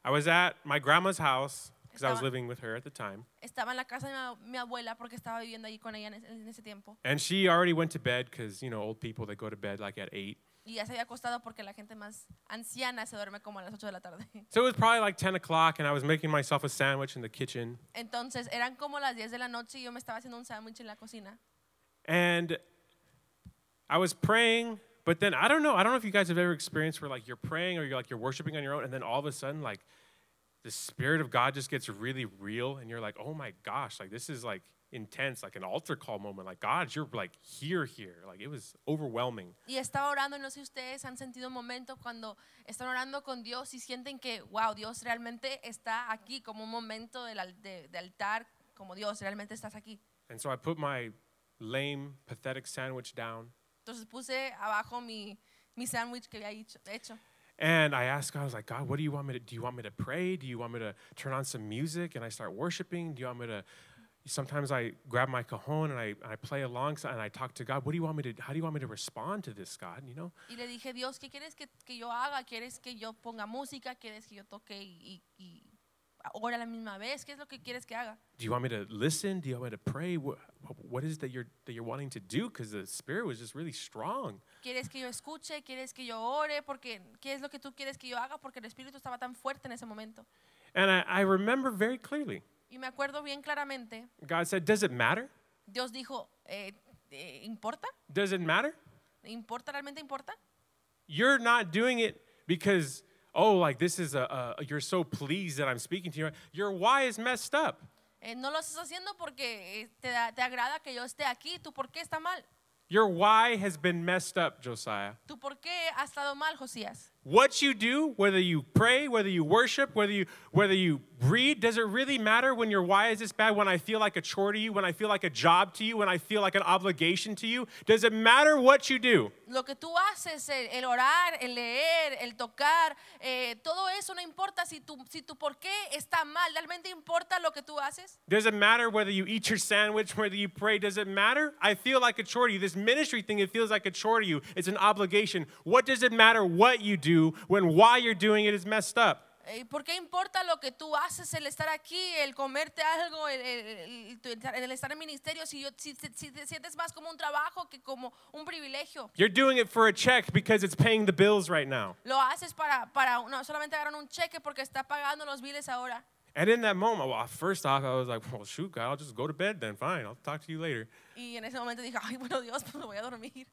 Speaker 1: I was at my grandma's house because I was
Speaker 2: Estaba-
Speaker 1: living with her at the time.
Speaker 2: estaba en la casa de mi, ab- mi abuela porque estaba viviendo ahí con ella en ese- en ese tiempo.
Speaker 1: And she already went to bed because, you know, old people, they go to bed like at 8.
Speaker 2: Y ya se había acostado porque la gente más anciana se duerme como a las 8 de la tarde. <laughs>
Speaker 1: So, it was probably like 10 o'clock, and I was making myself a sandwich in the kitchen.
Speaker 2: Entonces eran como las 10 de la noche y yo me estaba haciendo un sándwich en la cocina.
Speaker 1: And I was praying, but then I don't know. I don't know if you guys have ever experienced where like you're praying or you're like you're worshiping on your own, and then all of a sudden like the spirit of God just gets really real, and you're like, oh my gosh, like this is like intense, like an altar call moment. Like God, you're like here, here. Like it was overwhelming.
Speaker 2: Y estaba orando, y no sé si ustedes han sentido un momento cuando están orando con Dios y sienten que, wow, Dios realmente está aquí, como un momento del al- de, de altar, como Dios, realmente estás aquí.
Speaker 1: And so I put my lame, pathetic sandwich down,
Speaker 2: Entonces puse abajo mi, mi sándwich que había hecho- hecho.
Speaker 1: and I asked God, I was like, God, what do you want me to do? You want me to pray? Do you want me to turn on some music and I start worshiping? Do you want me to? Sometimes I grab my cajon and I, and I play along and I talk to God. What do you want me to? How do you want me to respond to this, God? You know.
Speaker 2: Y le dije, Dios, ¿qué quieres que, que yo haga? ¿Quieres que yo ponga música? ¿Quieres que yo toque y, y, y ore a la misma vez? ¿Qué es lo que quieres que haga?
Speaker 1: Do you want me to listen? Do you want me to pray? What, what is it that you're that you're wanting to do? Because the Spirit was just really strong.
Speaker 2: ¿Quieres que yo escuche? ¿Quieres que yo ore? Porque ¿qué es lo que tú quieres que yo haga? Porque el espíritu estaba tan fuerte en ese momento.
Speaker 1: And I, I remember very clearly.
Speaker 2: Y me acuerdo bien claramente,
Speaker 1: God said, "Does it matter?
Speaker 2: Dios dijo, eh, eh, ¿importa?
Speaker 1: Does it matter?
Speaker 2: ¿Importa? ¿Realmente importa?
Speaker 1: You're not doing it because." Oh, like this is a, a, you're so pleased that I'm speaking to you. Your why is messed up.
Speaker 2: Eh, no lo estás haciendo porque eh, te, da- te agrada que yo esté aquí. ¿Tú por qué está mal?
Speaker 1: Your why has been messed up, Josiah.
Speaker 2: ¿Tú por qué has estado mal, Josías?
Speaker 1: What you do, whether you pray, whether you worship, whether you whether you read, does it really matter when your why is this bad? When I feel like a chore to you, when I feel like a job to you, when I feel like an obligation to you, does it matter what you do?
Speaker 2: Lo que tú haces, el, el orar, el leer, el tocar, eh, todo eso no importa si tu, si tu por qué está mal. ¿Realmente importa lo que tú haces?
Speaker 1: Does it matter whether you eat your sandwich, <laughs> whether you pray? Does it matter? I feel like a chore to you. This ministry thing, it feels like a chore to you. It's an obligation. What does it matter what you do when why you're doing it is messed up?
Speaker 2: Eh, ¿Por qué importa lo que tú haces, el estar aquí, el comerte algo, el, el- el- tu estar- el estar en ministerio, si, yo- si- si- si te sientes más como un trabajo que como un privilegio?
Speaker 1: You're doing it for a check because it's paying the bills right now.
Speaker 2: Lo haces para, para no solamente agarrar un cheque porque está pagando los biles ahora.
Speaker 1: And in that moment, well, first off, I was like, well, shoot, God, I'll just go to bed then. Fine, I'll talk to you later.
Speaker 2: Y en ese momento dije, ay, bueno, Dios, <laughs> pues me voy a dormir.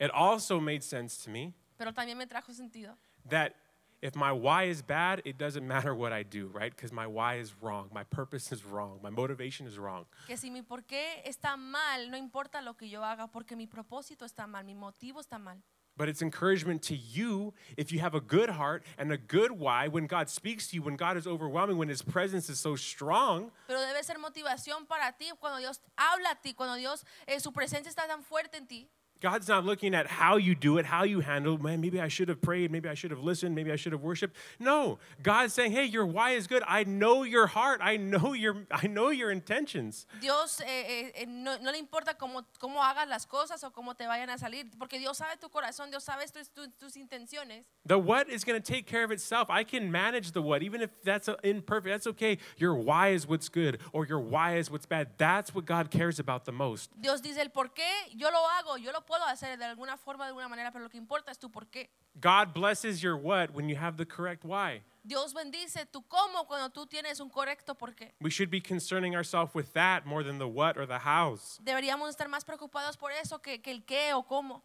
Speaker 1: It also made sense to me
Speaker 2: Pero también me trajo sentido
Speaker 1: that if my why is bad, it doesn't <laughs> matter what I do, right? Because my why is wrong. My purpose is wrong. My motivation is wrong.
Speaker 2: que si mi por qué está mal, no importa lo que yo haga, porque mi propósito está mal, mi motivo está mal.
Speaker 1: But it's encouragement to you if you have a good heart and a good why. When God speaks to you, when God is overwhelming, when His presence is so strong,
Speaker 2: Pero debe ser motivación para ti cuando Dios habla a ti, cuando Dios, eh, su presencia está tan fuerte en ti.
Speaker 1: God's not looking at how you do it, how you handle, man, maybe I should have prayed, maybe I should have listened, maybe I should have worshiped. No, God's saying, "Hey, your why is good. I know your heart. I know your I know your intentions."
Speaker 2: Dios eh, eh, eh, no, no le importa cómo, cómo hagas las cosas o cómo te vayan a salir, porque Dios sabe tu corazón, Dios sabe tus, tus- tus intenciones.
Speaker 1: The what is going to take care of itself. I can manage the what even if that's uh, imperfect. That's okay. Your why is what's good or your why is what's bad. That's what God cares about the most.
Speaker 2: Dios dice el por qué, yo lo hago, yo lo puedo hacer de alguna forma, de alguna manera, pero lo que importa es tu por qué.
Speaker 1: God blesses your what when you have the correct why.
Speaker 2: Dios bendice tu cómo cuando tú tienes un correcto por qué.
Speaker 1: We should be concerning ourselves with that more than the what or the hows.
Speaker 2: Deberíamos estar más preocupados por eso que, que el qué o cómo.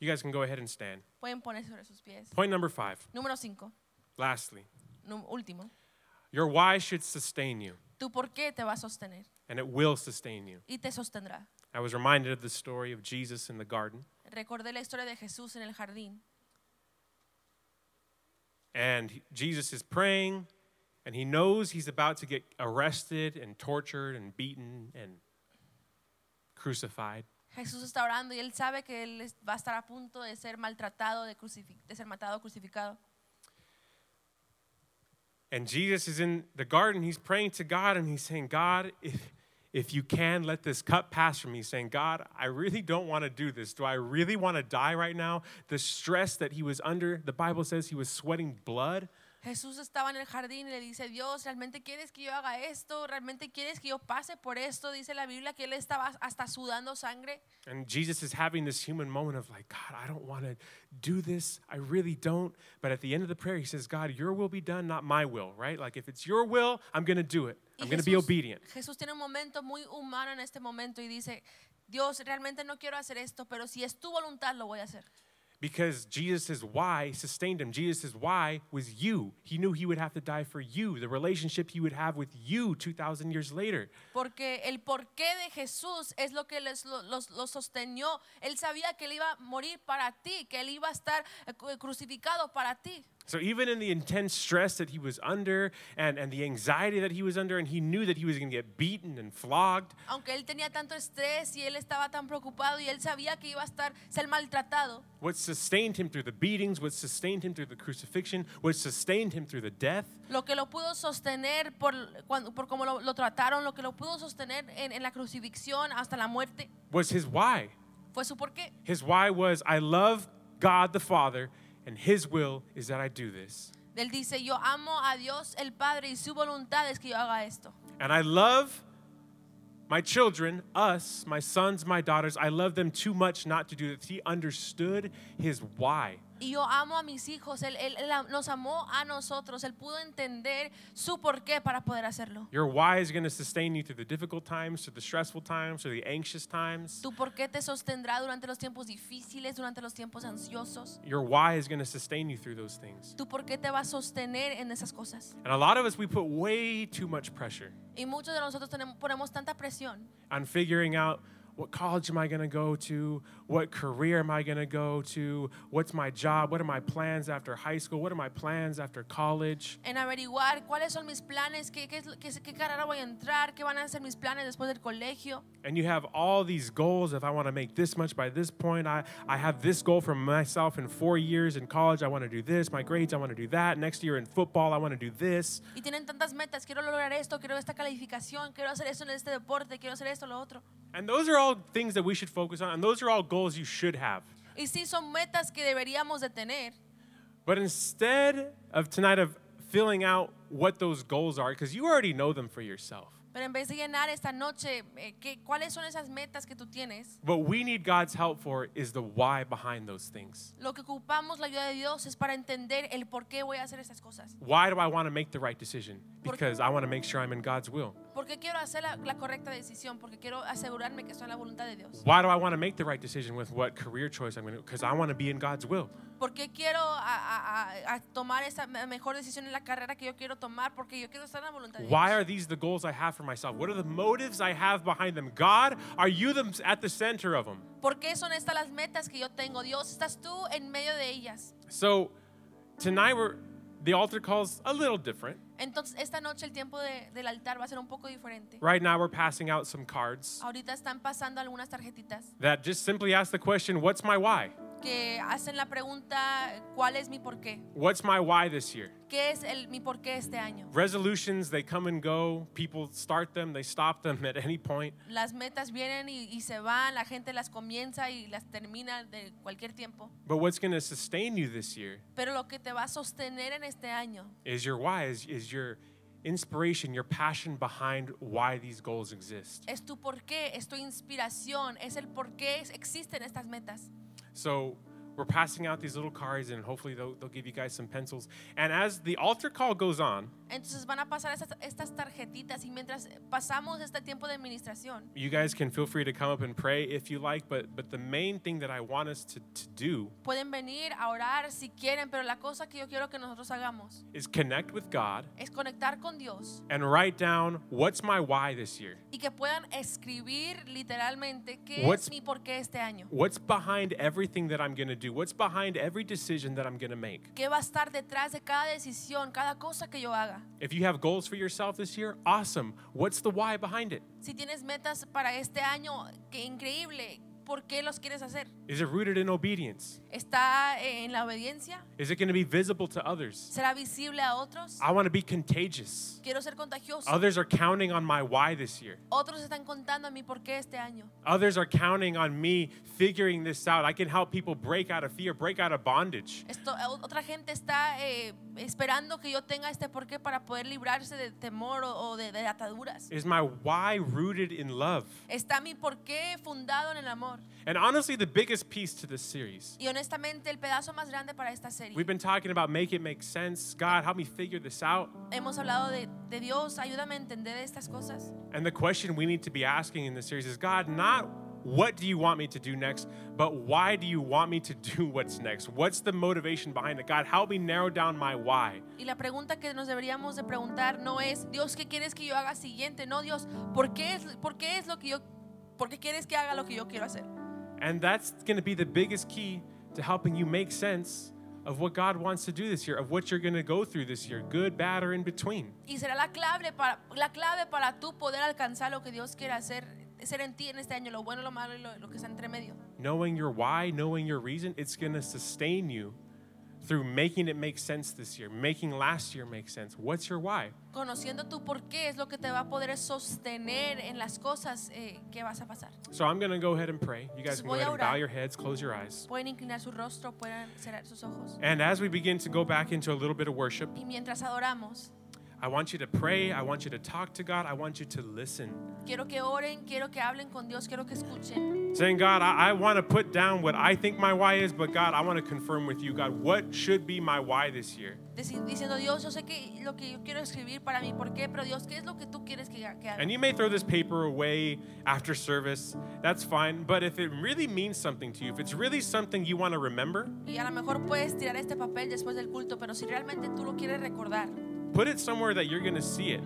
Speaker 1: You guys can go ahead and stand.
Speaker 2: Pueden poner sobre sus pies.
Speaker 1: Point number 5.
Speaker 2: Número 5,
Speaker 1: Lastly,
Speaker 2: último.
Speaker 1: Your why should sustain you,
Speaker 2: Tu por qué te va a sostener
Speaker 1: and it will sustain you.
Speaker 2: y te sostendrá.
Speaker 1: I was reminded of the story of Jesus in the garden,
Speaker 2: Recordé la historia de Jesús en el jardín.
Speaker 1: and he- Jesus is praying, and he knows he's about to get arrested and tortured and beaten and crucified.
Speaker 2: Jesús está orando y él sabe que él es- va a estar a punto de ser maltratado, de, crucifi- de ser matado, crucificado.
Speaker 1: And Jesus is in the garden, he's praying to God, and he's saying, God, if if you can let this cup pass from me, saying, God, I really don't want to do this. Do I really want to die right now? The stress that he was under, the Bible says he was sweating blood.
Speaker 2: Jesús estaba en el jardín y le dice, Dios, ¿realmente quieres que yo haga esto? ¿Realmente quieres que yo pase por esto? Dice la Biblia que él estaba hasta sudando sangre.
Speaker 1: And Jesus is having this human moment of like, God, I don't want to do this. I really don't. But at the end of the prayer, he says, God, your will be done, not my will, right? Like, if it's your will, I'm going to do it.
Speaker 2: Y
Speaker 1: I'm going to be obedient.
Speaker 2: Jesús tiene un momento muy humano en este momento y dice, Dios, realmente no quiero hacer esto, pero si es tu voluntad lo voy a hacer.
Speaker 1: Because Jesus' why sustained him. Jesus' why was you. He knew he would have to die for you, the relationship he would have with you 2,000 years later.
Speaker 2: Porque el porqué de Jesús es lo que les, lo- los, los sostenió. Él sabía que él iba a morir para ti, que él iba a estar eh, cu- crucificado para ti.
Speaker 1: So, even in the intense stress that he was under and, and the anxiety that he was under, and he knew that he was going to get beaten and flogged,
Speaker 2: Aunque él tenía tanto estrés y él estaba tan preocupado y él sabía que iba a estar ser maltratado.
Speaker 1: What sustained him through the beatings, what sustained him through the crucifixion, what sustained him through the death,
Speaker 2: Lo que lo pudo sostener por, cuando, por cómo lo, lo trataron, lo que lo pudo sostener en, en la crucifixión hasta la muerte,
Speaker 1: was his why.
Speaker 2: fue su porqué.
Speaker 1: His why was, I love God the Father, and his will is that I do this.
Speaker 2: Él dice, yo amo a Dios el Padre y su voluntad es que yo haga esto.
Speaker 1: And I love my children, us, my sons, my daughters, I love them too much not to do this. He understood his why.
Speaker 2: Y yo amo a mis hijos, él, él- él am- nos amó a nosotros, él pudo entender su porqué para poder hacerlo.
Speaker 1: Your why is going to sustain you through the difficult times, through the stressful times, through the anxious times.
Speaker 2: Tu porqué te sostendrá durante los tiempos difíciles, durante los tiempos ansiosos.
Speaker 1: Your why is going to sustain you through those things.
Speaker 2: Tu porqué te va a sostener en esas cosas.
Speaker 1: And a lot of us, we put way too much pressure.
Speaker 2: Y muchos de nosotros tenemos, ponemos tanta presión
Speaker 1: on figuring out what college am I going to go to? What career am I going to go to? What's my job? What are my plans after high school? What are my plans after college?
Speaker 2: en averiguar cuáles son mis planes, qué, qué, es lo- qué, qué carrera voy a entrar, qué van a ser mis planes después del colegio.
Speaker 1: And you have all these goals. If I want to make this much by this point, I, I have this goal for myself in four years in college. I want to do this. My grades, I want to do that. Next year in football, I want to do this.
Speaker 2: Y tienen tantas metas, quiero lograr esto, quiero esta calificación, quiero hacer esto en este deporte, quiero hacer esto, lo otro.
Speaker 1: And those are all things that we should focus on. And those are all goals you should have.
Speaker 2: Y sí, son metas que deberíamos de tener.
Speaker 1: But instead of tonight of filling out what those goals are, because you already know them for yourself.
Speaker 2: Pero en vez de llenar esta noche, eh, ¿qué- ¿cuáles son esas metas que tú tienes?
Speaker 1: What we need God's help for is the why behind those things.
Speaker 2: Lo que ocupamos la ayuda de Dios es para entender el por qué voy a hacer estas cosas.
Speaker 1: Why do I want to make the right decision?
Speaker 2: Por-
Speaker 1: Because I want to make sure I'm in God's will.
Speaker 2: ¿Por qué quiero hacer la, la correcta decisión? Porque quiero asegurarme que estoy en la voluntad de Dios.
Speaker 1: Why do I want to make the right decision with what career choice I'm going to? Because I want to be in God's will.
Speaker 2: ¿Por qué quiero a- a, a- a tomar esa me- mejor decisión en la carrera que yo quiero tomar? Porque yo quiero estar en la voluntad de
Speaker 1: Why
Speaker 2: Dios.
Speaker 1: are these the goals I have for myself? What are the motives I have behind them? God, are you the, at the center of them?
Speaker 2: ¿Por qué son estas las metas que yo tengo? Dios, estás tú en medio de ellas.
Speaker 1: So tonight we're the altar calls a little different.
Speaker 2: Entonces, esta noche el tiempo de- del altar va a ser un poco diferente.
Speaker 1: Right now we're passing out some cards
Speaker 2: Ahorita están pasando algunas tarjetitas
Speaker 1: that just simply ask the question, what's my why?
Speaker 2: que hacen la pregunta, ¿cuál es mi porqué?
Speaker 1: What's my why this year?
Speaker 2: ¿Qué es el, mi porqué este año?
Speaker 1: Resolutions, they come and go. People start them, they stop them <laughs> at any point.
Speaker 2: Las metas vienen y, y se van, la gente las comienza y las termina de cualquier tiempo.
Speaker 1: But what's going to sustain you this year
Speaker 2: Pero lo que te va a sostener en este año
Speaker 1: is your why, is, is your inspiration, your passion behind why these goals exist.
Speaker 2: es tu porqué, es tu inspiración, es el porqué es- existen estas metas.
Speaker 1: So we're passing out these little cards, and hopefully they'll, they'll give you guys some pencils. And as the altar call goes on,
Speaker 2: Entonces van a pasar estas, estas tarjetitas y mientras pasamos este tiempo de administración,
Speaker 1: you guys can feel free to come up and pray if you like. But but the main thing that I want us to, to do
Speaker 2: pueden venir a orar si quieren, pero la cosa que yo quiero que nosotros hagamos
Speaker 1: is connect with God
Speaker 2: es conectar con Dios
Speaker 1: and write down what's my why this year.
Speaker 2: y que puedan escribir literalmente qué
Speaker 1: What's-
Speaker 2: es mi porqué este año.
Speaker 1: What's behind everything that I'm gonna do? What's behind every decision that I'm gonna make?
Speaker 2: ¿Qué va a estar detrás de cada decisión, cada cosa que yo haga?
Speaker 1: If you have goals for yourself this year, awesome. What's the why behind it?
Speaker 2: Si tienes metas para este año, qué increíble, ¿por qué los quieres hacer?
Speaker 1: Is it rooted in obedience?
Speaker 2: ¿Está eh, en la obediencia?
Speaker 1: Is it gonna be visible to others?
Speaker 2: ¿Será visible a otros?
Speaker 1: I wanna be contagious.
Speaker 2: Quiero ser contagioso.
Speaker 1: Others are counting on my why this year.
Speaker 2: Otros están contando a mí por qué este año.
Speaker 1: Others are counting on me figuring this out. I can help people break out of fear, break out of bondage.
Speaker 2: Esto, eh, o- otra gente está eh, esperando que yo tenga este por qué para poder librarse de temor o, o de, de ataduras.
Speaker 1: Is my why rooted in love?
Speaker 2: Está mi por qué fundado en el amor.
Speaker 1: And honestly, the biggest piece to this series.
Speaker 2: Y honestamente, el pedazo más grande para esta
Speaker 1: We've
Speaker 2: serie.
Speaker 1: been talking about make it make sense. God, help me figure this out.
Speaker 2: Hemos hablado de, de Dios, ayúdame a entender estas cosas.
Speaker 1: And the question we need to be asking in this series is God, not what do you want me to do next, but why do you want me to <laughs> do what's next? What's the motivation behind it? God, help me narrow down my why.
Speaker 2: Y la pregunta que nos deberíamos de preguntar no es, Dios, ¿qué quieres que yo haga siguiente? No, Dios, ¿por qué es, por qué es lo que yo, por qué quieres que haga lo que yo quiero hacer?
Speaker 1: And that's going to be the biggest key to helping you make sense of what God wants to do this year, of what you're going to go through this year, good, bad, or in between.
Speaker 2: Y será la clave para, la clave para tú poder alcanzar lo que Dios quiere hacer, ser en ti en este año, lo bueno, lo malo y lo, lo que está entre medio.
Speaker 1: Knowing your why, knowing your reason, it's going to sustain you through making it make sense this year, making last year make sense. What's your why?
Speaker 2: Conociendo tu por qué es lo que te va a poder sostener en las cosas eh, que vas a pasar.
Speaker 1: So I'm going to go ahead and pray. You guys
Speaker 2: Entonces
Speaker 1: can go
Speaker 2: voy a
Speaker 1: ahead and bow
Speaker 2: orar.
Speaker 1: your heads, close your eyes.
Speaker 2: Pueden inclinar su rostro, pueden cerrar sus ojos.
Speaker 1: And as we begin to go back into a little bit of worship,
Speaker 2: Y mientras adoramos,
Speaker 1: I want you to pray. I want you to talk to God. I want you to listen.
Speaker 2: quiero que oren, quiero que hablen con Dios, quiero que escuchen.
Speaker 1: Saying, God, I, I want to put down what I think my why is, but God, I want to confirm with you, God, what should be my why this year?
Speaker 2: Deci- diciendo Dios, yo sé que lo que yo quiero escribir para mí, ¿por qué? Pero Dios, ¿qué es lo que tú quieres que, ha- que haga?
Speaker 1: And you may throw this paper away after service. That's fine. But if it really means something to you, if it's really something you want to remember,
Speaker 2: Y a lo mejor puedes tirar este papel después del culto, pero si realmente tú lo quieres recordar,
Speaker 1: put it somewhere that you're going to see it.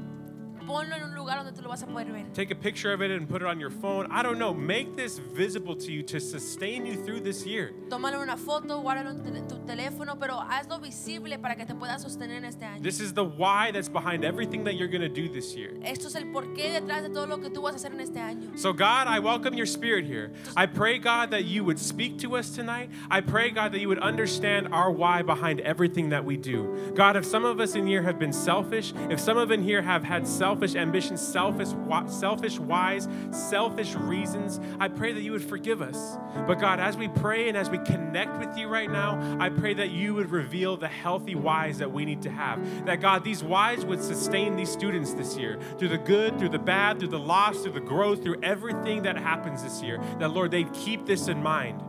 Speaker 2: ponlo en un lugar donde tú lo vas a poder ver.
Speaker 1: Take a picture of it and put it on your phone. I don't know. Make this visible to you to sustain you through this year.
Speaker 2: Tómalo en una foto, guárdalo en tel- tu teléfono, pero hazlo visible para que te pueda sostener en este año.
Speaker 1: This is the why that's behind everything that you're going to do this year.
Speaker 2: Esto es el porqué detrás de todo lo que tú vas a hacer en este año.
Speaker 1: So, God, I welcome your spirit here. I pray, God, that you would speak to us tonight. I pray, God, that you would understand our why behind everything that we do. God, if some of us in here have been selfish, if some of in here have had self selfish ambitions, selfish, wi- selfish wise, selfish reasons. I pray that you would forgive us. But God, as we pray and as we connect with you right now, I pray that you would reveal the healthy whys that we need to have. That God, these whys would sustain these students this year through the good, through the bad, through the loss, through the growth, through everything that happens this year. That Lord, they'd keep this in mind.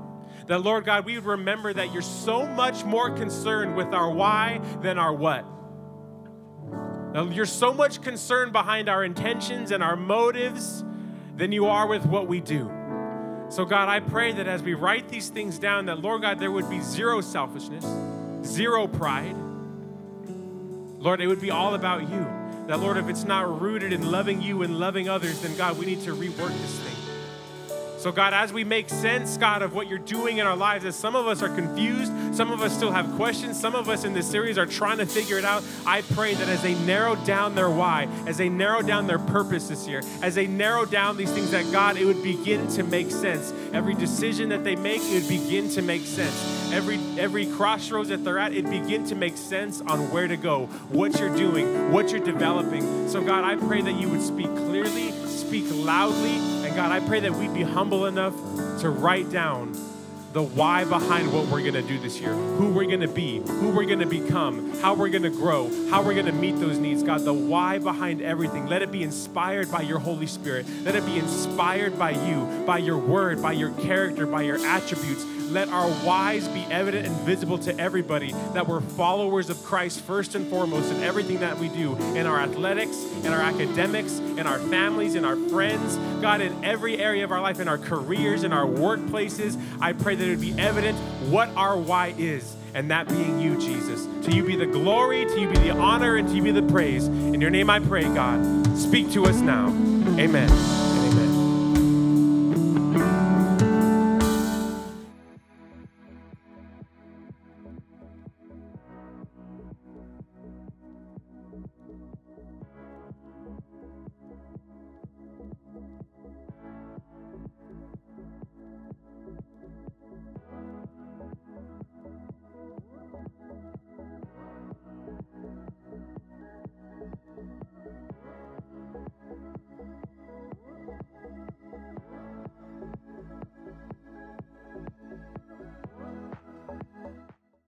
Speaker 1: That, Lord God, we would remember that you're so much more concerned with our why than our what. That you're so much concerned behind our intentions and our motives than you are with what we do. So, God, I pray that as we write these things down, that, Lord God, there would be zero selfishness, zero pride. Lord, it would be all about you. That, Lord, if it's not rooted in loving you and loving others, then, God, we need to rework this thing. So, God, as we make sense, God, of what you're doing in our lives, as some of us are confused, some of us still have questions, some of us in this series are trying to figure it out, I pray that as they narrow down their why, as they narrow down their purpose this year, as they narrow down these things, that God, it would begin to make sense. Every decision that they make, it would begin to make sense. Every every crossroads that they're at, it begin to make sense on where to go, what you're doing, what you're developing. So, God, I pray that you would speak clearly, speak loudly. And God, I pray that we'd be humble enough to write down the why behind what we're going to do this year, who we're going to be, who we're going to become, how we're going to grow, how we're going to meet those needs. God, the why behind everything. Let it be inspired by your Holy Spirit. Let it be inspired by you, by your word, by your character, by your attributes. Let our whys be evident and visible to everybody that we're followers of Christ first and foremost in everything that we do in our athletics, in our academics, in our families, in our friends, God, in every area of our life, in our careers, in our workplaces. I pray that it would be evident what our why is, and that being you, Jesus. To you be the glory, to you be the honor, and to you be the praise. In your name I pray, God. Speak to us now. Amen.